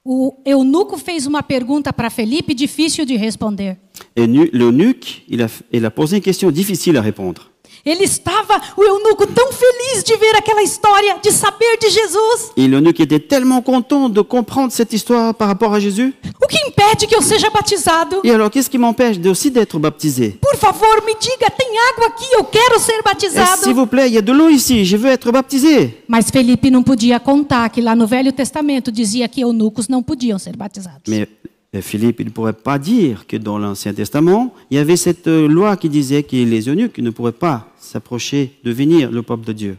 S1: O eunuco fez uma pergunta para Felipe difícil de responder.
S2: Et nu- l'eunuque, il a, il a posé une question difficile à répondre.
S1: Ele estava, o eunuco, tão feliz de ver aquela história, de saber de Jesus.
S2: Et l'eunuque était tellement content de comprendre cette histoire par rapport à Jésus.
S1: O que impede que eu seja batizado?
S2: Et alors, qu'est-ce qui m'empêche de- aussi d'être baptisé
S1: Por favor, me diga, tem água aqui, eu quero ser
S2: Eh, S'il
S1: batizado.
S2: vous plaît, il y a de l'eau ici, je veux être baptisé.
S1: Mas Felipe não podia contar que lá no Velho Testamento dizia que eunucos não podiam ser batizados.
S2: Mais euh, Philippe, il ne pourrait pas dire que dans l'Ancien Testament, il y avait cette euh, loi qui disait que les eunuques ne pourraient pas s'approcher, devenir le peuple de Dieu.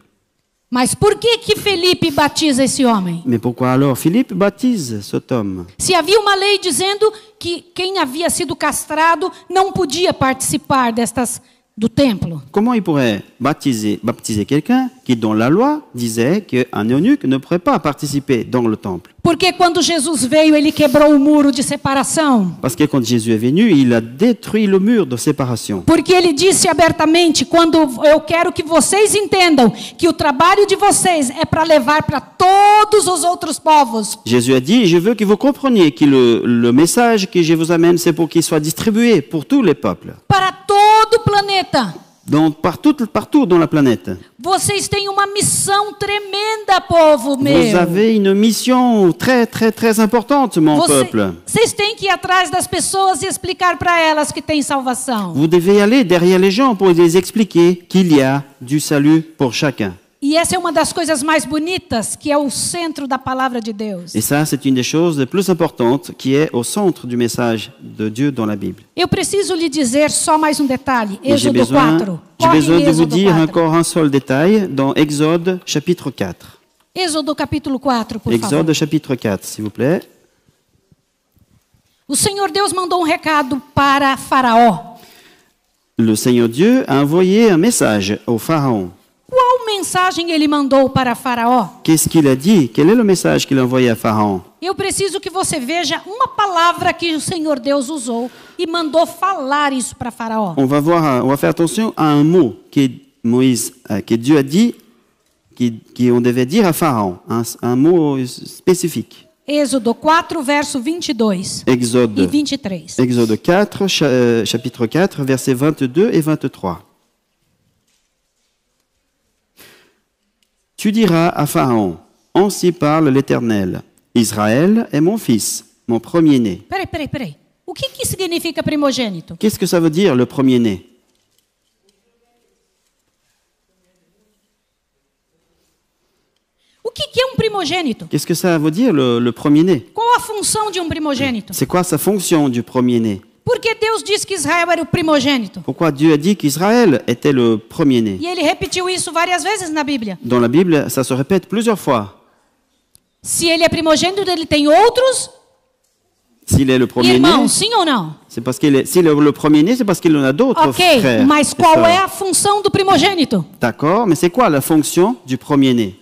S1: Mas por que que Felipe batiza esse homem?
S2: Mais pourquoi alors Philippe baptise cet homme
S1: Se havia uma lei dizendo que quem havia sido castrado não podia participar destas do templo.
S2: Comment il pourrait baptiser, baptiser quelqu'un qui, dans la loi, disait qu'un eunuque ne pourrait pas participer dans le temple
S1: Porque quando Jesus veio, ele quebrou o muro de separação.
S2: Parce que quand Jésus est venu, il a détruit le mur de séparation.
S1: Porque ele disse abertamente: quando eu quero que vocês entendam que o trabalho de vocês é para levar para todos os outros povos.
S2: Jésus a dit, je veux que vous compreniez que le, le message que je vous amène, c'est pour qu'il soit distribué pour tous les peuples,
S1: para todo o planeta.
S2: donc partout, partout dans la planète.
S1: Vocês têm uma missão tremenda, povo meu.
S2: Vous avez une mission très très très importante, mon
S1: Você-
S2: peuple.
S1: Vocês têm que ir atrás das pessoas e explicar para elas que tem salvação.
S2: Vous devez aller derrière les gens pour les expliquer qu'il y a du salut pour chacun.
S1: E essa é uma das coisas mais bonitas, que é o centro da palavra de Deus.
S2: Et ça, c'est une des choses les plus importantes qui est au centre du message de Dieu dans la Bible.
S1: Eu preciso lhe dizer só mais um detalhe.
S2: Et J'ai
S1: Êxodo né?
S2: besoin,
S1: 4.
S2: j'ai
S1: Corre
S2: besoin
S1: em
S2: de vous
S1: Êxodo
S2: dire
S1: 4.
S2: encore un seul détail dans Exode chapitre 4.
S1: Êxodo capítulo 4, por
S2: Exode
S1: favor.
S2: chapitre 4, s'il vous plaît.
S1: O Senhor Deus mandou um recado para Faraó.
S2: Le Seigneur Dieu a envoyé un message au Pharaon.
S1: Qual mensagem ele mandou para Faraó?
S2: Qu'est-ce qu'il a dit Quel est le message qu'il a envoyé à Pharaon
S1: Eu preciso que você veja uma palavra que o Senhor Deus usou e mandou falar isso para Faraó.
S2: On va voir, un- on va faire attention à un mot que Moïse, euh, que Dieu a dit, qui, qui on devait dire à Pharaon, un, un mot spécifique.
S1: Êxodo 4, verso 22 e
S2: Exode,
S1: 23.
S2: Exode 4, cha- euh, chapitre 4, versets 22 et 23. Tu diras à Pharaon, ainsi parle l'Éternel, Israël est mon fils, mon premier-né.
S1: Peraí, peraí, peraí. O que, que significa primogênito?
S2: Qu'est-ce que ça veut dire le premier-né
S1: O que, que é um primogênito?
S2: Qu'est-ce que ça veut dire le, le premier-né
S1: Qual a função de um primogênito?
S2: C'est quoi sa fonction du premier-né
S1: Por que Deus disse que Israel era o primogênito?
S2: Pourquoi Dieu a dit qu'Israël était le premier-né
S1: E ele repetiu isso várias vezes na Bíblia.
S2: Dans la Bible, ça se répète plusieurs fois.
S1: Se ele é primogênito, ele tem outros
S2: S'il est le premier-né,
S1: irmãos, sim ou não?
S2: c'est parce qu'il est. S'il est le premier-né, c'est parce qu'il en a d'autres
S1: Ok,
S2: frères.
S1: mas
S2: et
S1: qual
S2: sœurs.
S1: é a função do primogênito?
S2: D'accord, mais c'est quoi la fonction du premier-né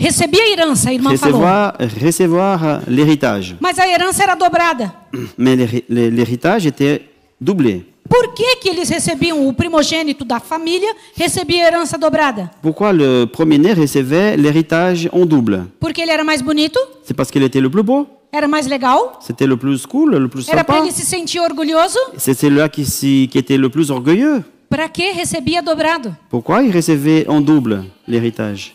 S1: Recebia a herança, a irmã falou.
S2: Recevoir, recevoir euh, l'héritage.
S1: Mas a herança era dobrada.
S2: Mais l'héri- l'hé- l'héritage était doublé.
S1: Por que, que eles recebiam o primogênito da família, recebia a herança dobrada?
S2: Pourquoi le premier-né recevait l'héritage en double
S1: Porque ele era mais bonito,
S2: C'est parce qu'il était le plus beau,
S1: era mais legal,
S2: c'était le plus cool, le plus
S1: era para
S2: sympa.
S1: ele se sentir orgulhoso.
S2: C'est celui-là qui, s'y- qui était le plus orgueilleux.
S1: Para que recebia dobrado?
S2: Pourquoi il recevait en double l'héritage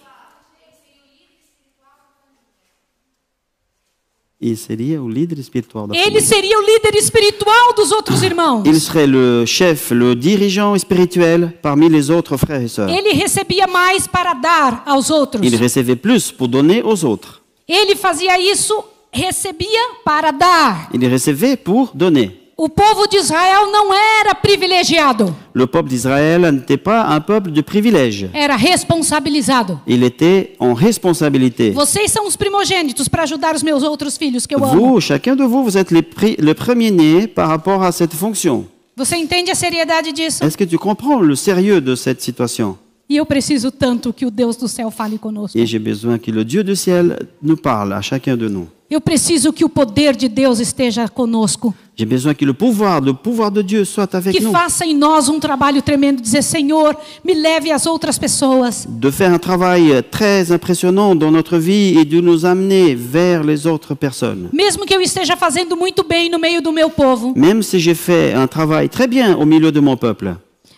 S2: Il serait le leader spirituel. da
S1: Ele
S2: família.
S1: seria o líder espiritual dos outros irmãos.
S2: Il serait le chef, le dirigeant spirituel parmi les autres frères et sœurs.
S1: Ele recebia mais para dar aos outros.
S2: Il recevait plus pour donner aux autres.
S1: Ele fazia isso, recebia para dar.
S2: Il recevait pour donner.
S1: O povo de Israel não era privilegiado,
S2: Le peuple d'Israël n'était pas un peuple de privilèges.
S1: era responsabilizado.
S2: Il était en responsabilité.
S1: Vocês são os primogênitos para ajudar os meus outros filhos que eu amo.
S2: Vous, chacun de vous, vous êtes les pri- le premier-né par rapport à cette fonction.
S1: Você entende a seriedade disso?
S2: Est-ce que tu comprends le sérieux de cette situation
S1: E eu preciso tanto que o Deus do céu fale conosco.
S2: Et j'ai besoin que le Dieu du ciel nous parle à chacun de nous.
S1: Eu preciso que o poder de Deus esteja conosco.
S2: J'ai besoin que le pouvoir, le pouvoir de Dieu soit avec
S1: Que
S2: nous.
S1: faça em nós um trabalho tremendo, dizer: Senhor, me leve às outras pessoas.
S2: De faire un travail très impressionnant dans notre vie et de nous amener vers les autres personnes.
S1: Mesmo que eu esteja fazendo muito bem no meio do meu povo,
S2: Même si j'ai fait un travail très bien au milieu de mon peuple,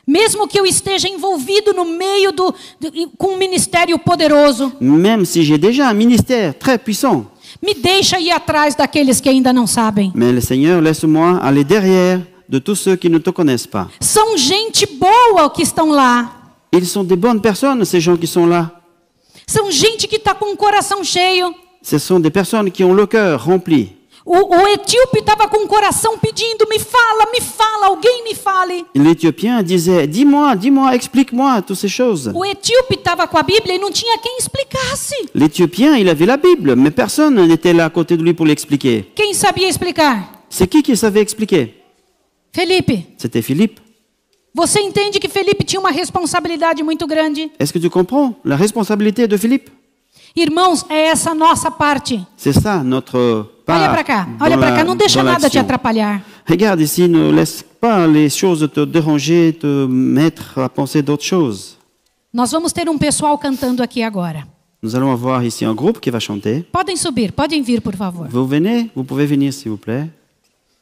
S1: mesmo que eu esteja envolvido no meio do, do- com um ministério poderoso,
S2: même si j'ai déjà un ministère très puissant,
S1: me deixa ir atrás daqueles que ainda não sabem.
S2: mais le Seigneur, laisse-moi aller derrière de tous ceux qui ne te connaissent pas.
S1: São gente boa que estão lá.
S2: Ils sont des bonnes personnes, ces gens qui sont là.
S1: São gente que está com o coração cheio.
S2: Ce sont des personnes qui ont le cœur rempli.
S1: O, o etíope estava com o coração pedindo: me fala, me fala, alguém me fale.
S2: L'Éthiopien disait, dis-moi, dis-moi, explique-moi toutes ces choses.
S1: O etíope estava com a Bíblia e não tinha quem explicasse.
S2: L'Éthiopien, il avait la Bible, mais personne n'était là à côté de lui pour l'expliquer.
S1: Quem sabia explicar?
S2: C'est qui qui savait expliquer
S1: Felipe,
S2: C'était Philippe.
S1: você entende que Felipe tinha uma responsabilidade muito grande?
S2: Est-ce que tu comprends la responsabilité de Philippe
S1: Irmãos, é essa nossa parte.
S2: C'est ça notre part.
S1: olha para cá,
S2: dans
S1: olha para
S2: la-
S1: cá, não deixa
S2: dans
S1: nada te
S2: l'action.
S1: atrapalhar.
S2: Regarde ici, ne laisse pas les choses te déranger, te mettre à penser d'autres choses.
S1: Nós vamos ter um pessoal cantando aqui agora.
S2: Nous allons avoir ici un groupe qui va chanter.
S1: Podem subir, podem vir, por favor.
S2: Vous venez, vous pouvez venir s'il vous plaît.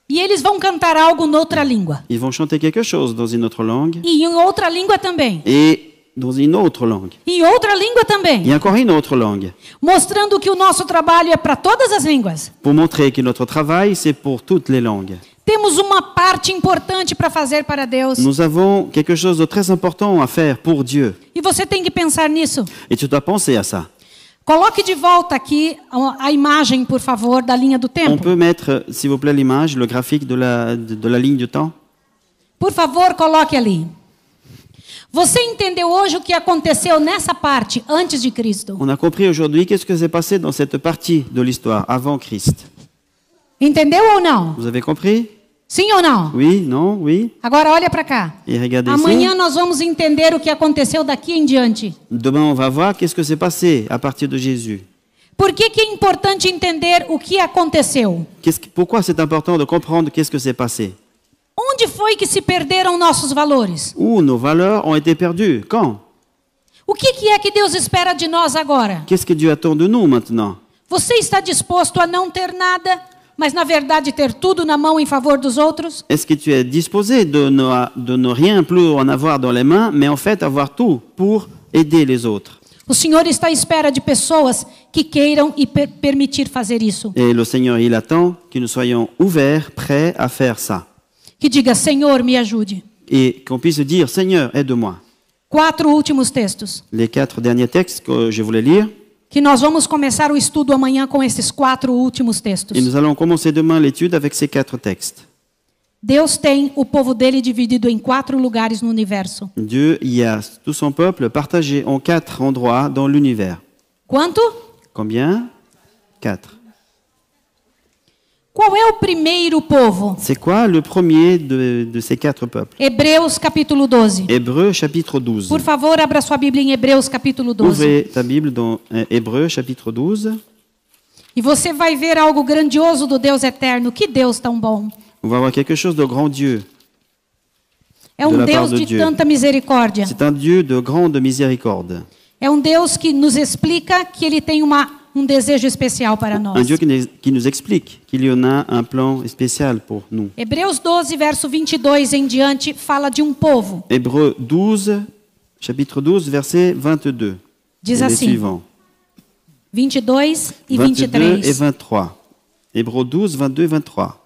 S1: E eles vão cantar algo noutra língua.
S2: Ils vont chanter quelque chose dans une autre langue
S1: E em outra língua também.
S2: et dans une autre langue.
S1: Em outra língua
S2: Il y
S1: também.
S2: a encore une autre langue
S1: Mostrando que o nosso trabalho é para todas as línguas.
S2: pour montrer que notre travail, c'est pour toutes les langues.
S1: Temos uma parte importante para fazer para Deus.
S2: Nous avons quelque chose de très important à faire pour Dieu.
S1: E você tem que pensar nisso.
S2: Et tu dois penser à ça.
S1: Coloque de volta aqui a a imagem, por favor, da linha do
S2: On
S1: tempo.
S2: peut mettre, euh, s'il vous plaît, l'image, le graphique de la, de, de la ligne du temps.
S1: Por favor, coloque ali. Você entendeu hoje o que aconteceu nessa parte antes de Cristo?
S2: On a compris aujourd'hui qu'est-ce que s'est passé dans cette partie de l'histoire avant Christ.
S1: Entendeu ou não?
S2: Vous avez compris
S1: Sim ou não?
S2: Oui, non, oui.
S1: Agora olha para cá.
S2: Et regardez ici.
S1: Amanhã nós vamos entender o que aconteceu daqui em diante.
S2: Demain, on va voir qu'est-ce que s'est passé à partir de Jésus.
S1: Por que, que é importante entender o que aconteceu?
S2: Qu'est-ce que- pourquoi c'est important de comprendre qu'est-ce que s'est passé
S1: Onde foi que se perderam nossos valores?
S2: Où nos valeurs ont été perdues Quand
S1: O que, que é que Deus espera de nós agora?
S2: Qu'est-ce que Dieu attend de nous maintenant
S1: Você está disposto a não ter nada, mas na verdade ter tudo na mão em favor dos outros?
S2: Est-ce que tu es disposé de ne, de ne rien plus en avoir dans les mains, mais en fait avoir tout pour aider les autres.
S1: O Senhor está à espera de pessoas que queiram e per- permitir fazer isso.
S2: Et le Seigneur, il attend que nous soyons ouverts, prêts à faire ça.
S1: Que diga, Senhor, me ajude.
S2: Et qu'on puisse dire, Seigneur, aide-moi.
S1: Quatro últimos textos.
S2: Les quatre derniers textes que je voulais lire,
S1: Que nós vamos começar o estudo amanhã com esses quatro últimos
S2: et
S1: textos.
S2: nous allons commencer demain l'étude avec ces quatre textes.
S1: Deus tem o povo dele dividido em quatro lugares no universo.
S2: Dieu y a tout son peuple partagé en quatre endroits dans l'univers.
S1: Quanto?
S2: Combien Quatre.
S1: Qual é o primeiro povo?
S2: C'est quoi le premier de, de ces quatre peuples
S1: Hebreus capítulo 12.
S2: Hébreux chapitre 12.
S1: Por favor, abra sua Bíblia em Hebreus capítulo 12.
S2: Ouvrez ta Bible dans euh, Hébreux chapitre 12.
S1: E você vai ver algo grandioso do Deus eterno. Que Deus tão bom.
S2: On va voir quelque chose de grand Dieu.
S1: É um
S2: Da
S1: Deus
S2: parte de
S1: de
S2: Deus.
S1: tanta misericórdia.
S2: C'est un Dieu de grande miséricorde.
S1: É um Deus que nos explica que ele tem uma, um desejo especial para
S2: Un
S1: nós.
S2: Dieu qui nous- qui nous explique qu'il y en a un plan spécial pour nous.
S1: Hebreus 12, verso 22 em diante, fala de um povo.
S2: Hébreux 12, chapitre 12, verset 22.
S1: Diz
S2: et les
S1: assim,
S2: suivants.
S1: 22 e
S2: 22 et
S1: 23.
S2: 23. Hébreux 12, 22 23.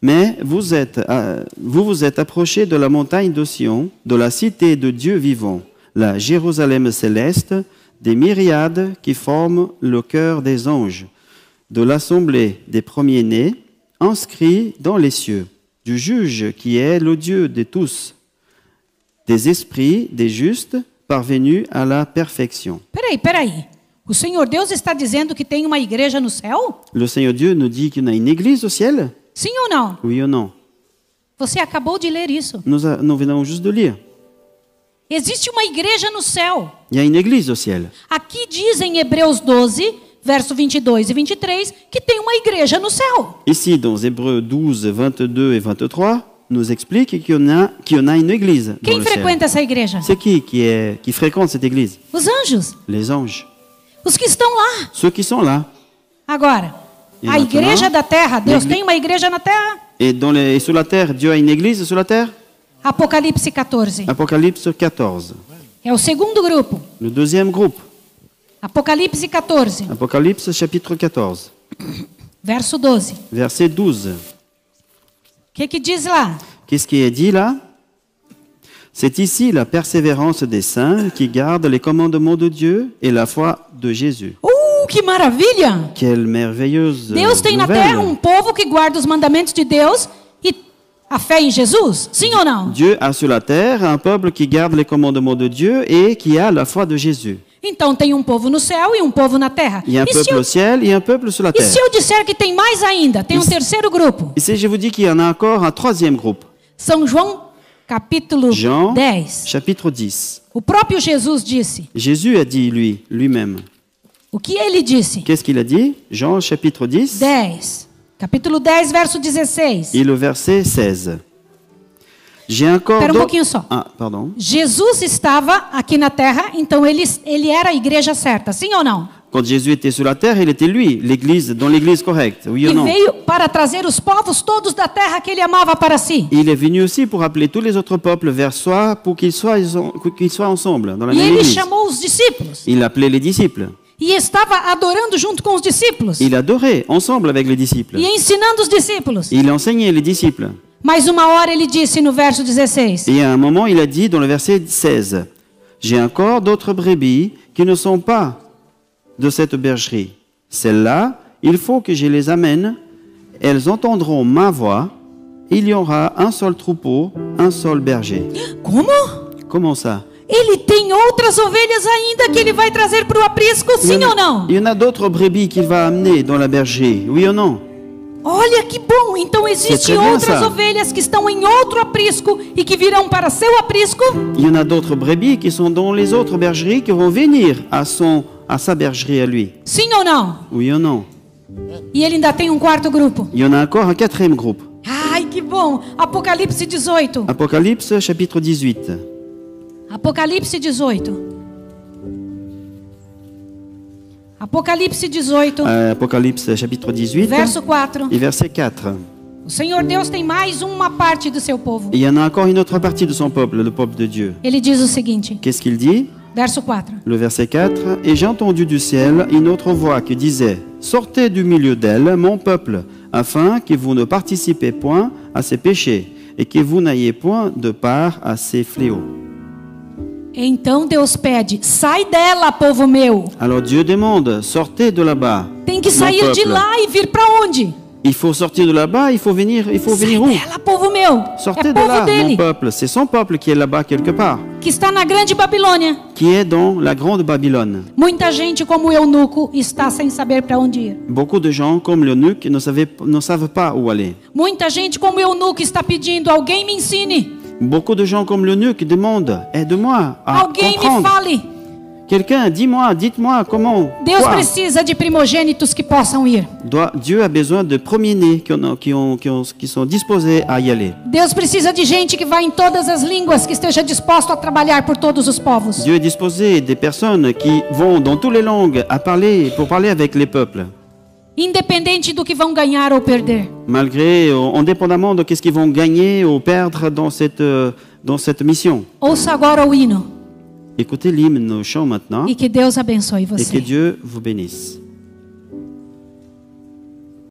S2: Mais vous êtes, euh, vous vous êtes approchés de la montagne de Sion, de la cité de Dieu vivant, la Jérusalem céleste, des myriades qui forment le cœur des anges, de l'assemblée des premiers-nés, inscrits dans les cieux, du juge qui est le Dieu de tous, des esprits des justes parvenus à la perfection.
S1: Peraí, peraí. O Senhor Deus está dizendo que tem uma igreja no céu?
S2: Le Seigneur Dieu nous dit qu'il y a une église au ciel
S1: Sim ou não?
S2: Oui ou non
S1: Você acabou de ler isso.
S2: nous, a- nous venons juste de lire.
S1: Existe uma igreja no céu.
S2: Il y a une église au ciel.
S1: Aqui diz em Hebreus 12, verso 22 e 23, que tem uma igreja no céu.
S2: Ici, dans Hébreux 12, 22 et 23, nous explique qu'il y en a, qu'il y en a une église dans
S1: Quem
S2: le ciel.
S1: frequenta essa igreja?
S2: C'est qui qui, est, qui fréquente cette église
S1: Os anjos,
S2: Les anges.
S1: os que estão lá.
S2: Ceux qui sont là.
S1: Agora,
S2: E
S1: a igreja
S2: maintenant?
S1: da terra, Deus
S2: Igre-
S1: tem uma igreja na terra?
S2: Et, dans les, et sur la terre, Dieu a une église sur la terre
S1: Apocalipse 14.
S2: Apocalypse 14.
S1: É o segundo grupo.
S2: Le deuxième groupe.
S1: Apocalipse 14,
S2: Apocalypse chapitre 14,
S1: verso 12. O
S2: verset 12.
S1: que, que diz lá?
S2: Qu'est-ce qui est dit là C'est ici la persévérance des saints qui gardent les commandements de Dieu et la foi de Jésus.
S1: Uh, que maravilha!
S2: Quelle merveilleuse
S1: Deus tem na terra um
S2: nouvelle
S1: povo que guarda os mandamentos de Deus e a fé em Jesus? Sim ou não?
S2: Dieu a sur la terre un peuple qui garde les commandements de Dieu et qui a la foi de Jésus.
S1: Então tem um povo no céu e um povo na terra.
S2: Il y a un
S1: E se,
S2: peuple
S1: eu,
S2: au ciel et un peuple sur la
S1: e
S2: terre.
S1: se eu disser que tem mais ainda, tem um
S2: Isso.
S1: terceiro grupo.
S2: Ici, je vous dis qu'il y en a encore un troisième groupe.
S1: São João, capítulo
S2: Jean,
S1: 10.
S2: chapitre 10.
S1: O próprio Jesus disse.
S2: Jésus a dit, lui, lui-même.
S1: O que ele disse?
S2: Qu'est-ce qu'il a dit Jean, chapitre 10
S1: 10. Capítulo 10, verso 16.
S2: et le verset 16. J'ai encore...
S1: Espera um
S2: d'au-
S1: pouquinho só.
S2: Ah, pardon.
S1: Jesus estava aqui na terra, então ele, ele era a igreja certa, sim ou não?
S2: Quand Jésus était sur la terre, il était lui, l'Église, dans l'Église correcte, oui ou
S1: E
S2: non
S1: veio para trazer os povos todos da terra que ele amava para si.
S2: Il est venu aussi pour appeler tous les autres peuples vers soi, pour qu'ils soient, ils ont- qu'ils soient ensemble, dans la
S1: E
S2: même
S1: ele
S2: Église.
S1: chamou os discípulos.
S2: Il appelait les disciples.
S1: E estava adorando junto com os discípulos.
S2: Il adorait ensemble avec les disciples.
S1: E ensinando os discípulos.
S2: Il enseignait les disciples.
S1: Mas uma hora ele disse no verso 16:
S2: Et à un moment, il a dit dans le verset 16, J'ai encore d'autres brebis qui ne sont pas de cette bergerie. Celles-là, il faut que je les amène. Elles entendront ma voix. Il y aura un seul troupeau, un seul berger.
S1: Como?
S2: Comment ça
S1: Ele tem outras ovelhas ainda que ele vai trazer para o aprisco,
S2: Il
S1: sim
S2: y en
S1: ou
S2: a-
S1: não?
S2: Il y en a d'autres brebis qu'il va amener dans la bergerie, oui ou non
S1: Olha que bom! Então existem
S2: criança.
S1: outras ovelhas que estão em outro aprisco e que virão para seu aprisco.
S2: Il y en a d'autres brebis qui sont dans les autres bergeries qui vont venir à, son, à sa bergerie à lui,
S1: Sim ou não?
S2: oui ou non
S1: E ele ainda tem um quarto grupo.
S2: Il y en a encore un quatrième groupe.
S1: Ai, que bom! Apocalipse 18.
S2: Apocalypse chapitre 18.
S1: Apocalipse 18. Apocalipse 18,
S2: Euh, Apocalypse chapitre 18
S1: verso 4.
S2: et verset 4.
S1: O Senhor Deus tem mais uma parte do seu povo.
S2: Il y en a encore une autre partie de son peuple, le peuple de Dieu.
S1: Ele diz o seguinte:
S2: Qu'est-ce qu'il dit
S1: verso 4.
S2: Le verset 4, Et j'ai entendu du ciel une autre voix qui disait, Sortez du milieu d'elle, mon peuple, afin que vous ne participez point à ses péchés, et que vous n'ayez point de part à ses fléaux.
S1: Então Deus pede: sai dela, povo meu.
S2: Alors Dieu demande, sortez de là-bas.
S1: Tem que
S2: mon
S1: sair de
S2: peuple.
S1: lá e vir para onde?
S2: Il faut sortir de là-bas, il faut venir, il faut
S1: Sai
S2: venir où
S1: dela, povo meu.
S2: Sortez
S1: é
S2: de là,
S1: povo
S2: mon
S1: dele,
S2: peuple. C'est son peuple qui est là-bas quelque part,
S1: que está na grande Babilônia.
S2: qui est dans la grande Babylone.
S1: Muita gente, como o eunuco, está sem saber para onde ir.
S2: Beaucoup de gens, comme l'eunuque, ne, savaient- ne savent pas où aller.
S1: Muita gente, como o eunuco, está pedindo: alguém me ensine,
S2: Beaucoup de gens, comme l'eunuque, demandent Aide-moi à
S1: alguém me
S2: comprendre.
S1: fale.
S2: Quelqu'un, dis-moi, dites-moi comment.
S1: Deus
S2: quoi
S1: precisa de primogênitos que possam ir.
S2: Doit- Dieu a besoin de premiers-nés qui, en ont- qui ont- qui ont- qui sont disposés à y aller.
S1: Deus precisa de gente que vá em todas as línguas, que esteja disposto a trabalhar por todos os povos.
S2: Dieu est disposé des personnes qui vont dans toutes les langues à parler pour parler avec les peuples,
S1: Independente do que vão ganhar ou perder.
S2: malgré, euh, indépendamment de qu'est-ce qu'ils vão gagner ou perdre dans cette euh, dans cette mission.
S1: Ouça agora o hino
S2: Écoutez l'hymne au chant maintenant
S1: e que Deus abençoe
S2: et que
S1: você.
S2: Dieu vous bénisse.